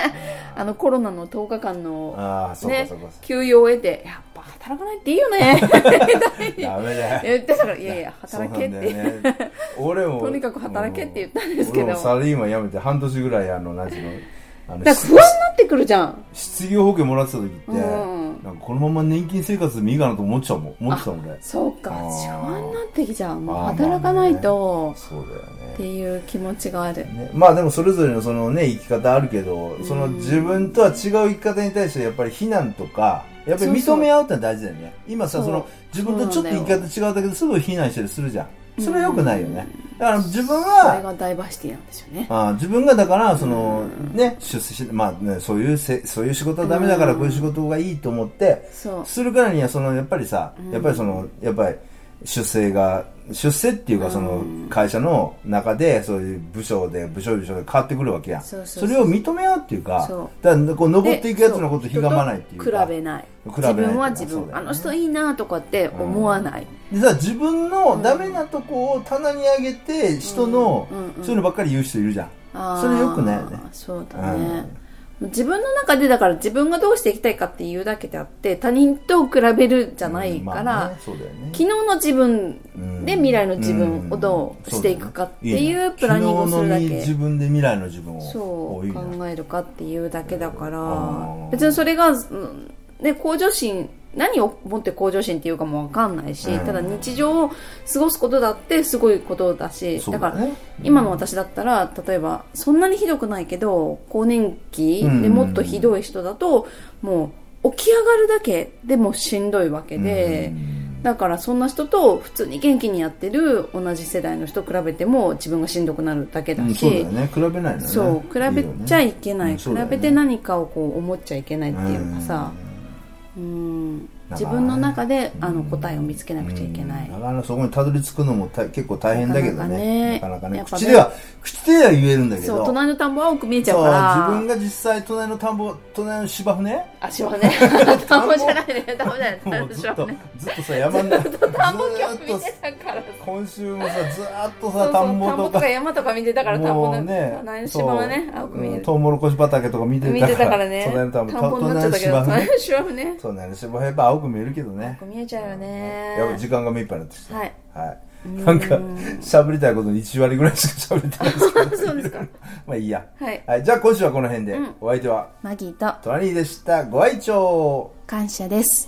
[SPEAKER 1] あのコロナの10日間の
[SPEAKER 2] ああそうか
[SPEAKER 1] ね
[SPEAKER 2] そうかそ
[SPEAKER 1] 休養を得てやっぱ働かないっていいよね
[SPEAKER 2] [laughs] うかダメだよ
[SPEAKER 1] 言ってたからいやいや [laughs] 働けって、
[SPEAKER 2] そうなんだよね、俺も
[SPEAKER 1] とにかく働けって言ったんですけど
[SPEAKER 2] 俺もサラリーマン辞めて半年ぐらいあの何ていうのあの
[SPEAKER 1] だから
[SPEAKER 2] し
[SPEAKER 1] 不安になってくるじゃん
[SPEAKER 2] 失業保険もらってた時って、
[SPEAKER 1] うん
[SPEAKER 2] なんかこのまま年金生活でもいいかなと思っちゃうもん思ってたもん俺
[SPEAKER 1] そうか
[SPEAKER 2] あー
[SPEAKER 1] 不安になってきちゃうもう
[SPEAKER 2] あー
[SPEAKER 1] 働かないと、
[SPEAKER 2] そうだよね
[SPEAKER 1] っていう気持ちがある
[SPEAKER 2] ねまあでもそれぞれのそのね生き方あるけどその自分とは違う生き方に対してやっぱり非難とかやっぱり認め合うってのは大事だよね今さ
[SPEAKER 1] そう
[SPEAKER 2] その自分とちょっと生き方違うだけどすぐ非難したりするじゃんそれは良くないよねだから自分
[SPEAKER 1] それ
[SPEAKER 2] は
[SPEAKER 1] がダイバーシティなんですよね
[SPEAKER 2] あー自分がだからそのね出世してまあねそういうせそういう仕事はダメだからこういう仕事がいいと思って
[SPEAKER 1] そう
[SPEAKER 2] するからにはそのやっぱりさやっぱりそのやっぱり出世が出世っていうかその会社の中でそういう部署で部署部署で変わってくるわけやん
[SPEAKER 1] そうそうそ
[SPEAKER 2] そうれを認め合うっていうか
[SPEAKER 1] そう
[SPEAKER 2] だからこう登っていくやつのこと
[SPEAKER 1] で
[SPEAKER 2] ひがまないっていう
[SPEAKER 1] 人
[SPEAKER 2] か
[SPEAKER 1] と比べない
[SPEAKER 2] 比べない
[SPEAKER 1] 自分は自
[SPEAKER 2] そう
[SPEAKER 1] 分、
[SPEAKER 2] だよ
[SPEAKER 1] あ
[SPEAKER 2] ね
[SPEAKER 1] の人いいなとかって思わない、
[SPEAKER 2] でさ自分のダメなとこを棚に上げて人の
[SPEAKER 1] うんうんうん
[SPEAKER 2] そういうのばっかり言う人いるじゃん
[SPEAKER 1] あー
[SPEAKER 2] それ良くないよね
[SPEAKER 1] そうだね、自分の中でだから自分がどうしていきたいかっていうだけであって他人と比べるじゃない
[SPEAKER 2] うん
[SPEAKER 1] か
[SPEAKER 2] ま
[SPEAKER 1] ら、
[SPEAKER 2] あねそうだよね
[SPEAKER 1] 昨日の自分
[SPEAKER 2] うん
[SPEAKER 1] で未来の自分をどうしていくかっていうプランニングをするだ
[SPEAKER 2] んそうねいいね昨日のみ
[SPEAKER 1] け
[SPEAKER 2] 自分で未来の自分を
[SPEAKER 1] そ
[SPEAKER 2] お
[SPEAKER 1] う
[SPEAKER 2] いいな
[SPEAKER 1] 考えるかっていうだけだか
[SPEAKER 2] あ
[SPEAKER 1] ら
[SPEAKER 2] ー
[SPEAKER 1] 別にそれが、うんね、向上心何を持って向上心っていうかもわかんないし、
[SPEAKER 2] うん
[SPEAKER 1] ただ日常を過ごすことだってすごいことだし
[SPEAKER 2] そう
[SPEAKER 1] だ
[SPEAKER 2] だ
[SPEAKER 1] か
[SPEAKER 2] ね
[SPEAKER 1] ら今の私だったら例えばそんなにひどくないけど更年期
[SPEAKER 2] うん
[SPEAKER 1] でもっとひどい人だともう起き上がるだけでもしんどいわけで。
[SPEAKER 2] うん
[SPEAKER 1] だからそんな人と普通に元気にやってる同じ世代の人比べても自分がしんどくなるだけだ
[SPEAKER 2] うん
[SPEAKER 1] し、
[SPEAKER 2] そうだよね比べないのね
[SPEAKER 1] そう比べちゃいけない
[SPEAKER 2] いいよねうんそうだよ
[SPEAKER 1] 比
[SPEAKER 2] ね
[SPEAKER 1] べて何かをこう思っちゃいけないっていうかさうん自分の中であの答えを見つけなくちゃいけない、
[SPEAKER 2] うんなかなかそこにたどり着くのもた結構大変だけどね
[SPEAKER 1] なかなかねやっぱね
[SPEAKER 2] 口では口では言えるんだけど
[SPEAKER 1] そう隣の田んぼは青く見えちゃう
[SPEAKER 2] そう
[SPEAKER 1] から
[SPEAKER 2] 自分が実際隣の田んぼ隣の芝
[SPEAKER 1] [laughs]
[SPEAKER 2] 生ね
[SPEAKER 1] 足はね
[SPEAKER 2] [laughs]
[SPEAKER 1] 田んぼじゃないね田んぼじゃない田
[SPEAKER 2] も
[SPEAKER 1] んぼ
[SPEAKER 2] う
[SPEAKER 1] じ
[SPEAKER 2] ず
[SPEAKER 1] ゃ
[SPEAKER 2] っ
[SPEAKER 1] な
[SPEAKER 2] と
[SPEAKER 1] い
[SPEAKER 2] ずっとさ山
[SPEAKER 1] [laughs]
[SPEAKER 2] のずっと
[SPEAKER 1] 田んぼ今日見てたからさ
[SPEAKER 2] 今週もさずーっと
[SPEAKER 1] そうそ
[SPEAKER 2] さ
[SPEAKER 1] う
[SPEAKER 2] 田んぼ
[SPEAKER 1] 田んぼ
[SPEAKER 2] と
[SPEAKER 1] と
[SPEAKER 2] か
[SPEAKER 1] か山とか見てたから田んぼ
[SPEAKER 2] も
[SPEAKER 1] の
[SPEAKER 2] うね
[SPEAKER 1] 隣の芝はね
[SPEAKER 2] そう
[SPEAKER 1] 青く見え
[SPEAKER 2] うん
[SPEAKER 1] る
[SPEAKER 2] トウモロコシ畑とか見て
[SPEAKER 1] 見
[SPEAKER 2] た
[SPEAKER 1] てたからね
[SPEAKER 2] 隣の田んぼ
[SPEAKER 1] 田んぼになっちゃったけど
[SPEAKER 2] 隣の芝生
[SPEAKER 1] 隣の芝生
[SPEAKER 2] ね
[SPEAKER 1] ね
[SPEAKER 2] そうね芝生やっぱ青く見えるけどね
[SPEAKER 1] 青く見えちゃうよ
[SPEAKER 2] やっぱ
[SPEAKER 1] ね
[SPEAKER 2] 時間が目いっぱいになってきた
[SPEAKER 1] はい [laughs]
[SPEAKER 2] はいなんか喋りたいことの1割ぐらいしか喋ってないですけど
[SPEAKER 1] そうですか
[SPEAKER 2] まあいいや
[SPEAKER 1] はい
[SPEAKER 2] はいじゃあ今週はこの辺でお相手は
[SPEAKER 1] マギーと
[SPEAKER 2] トラニーでしたご愛聴
[SPEAKER 1] 感謝です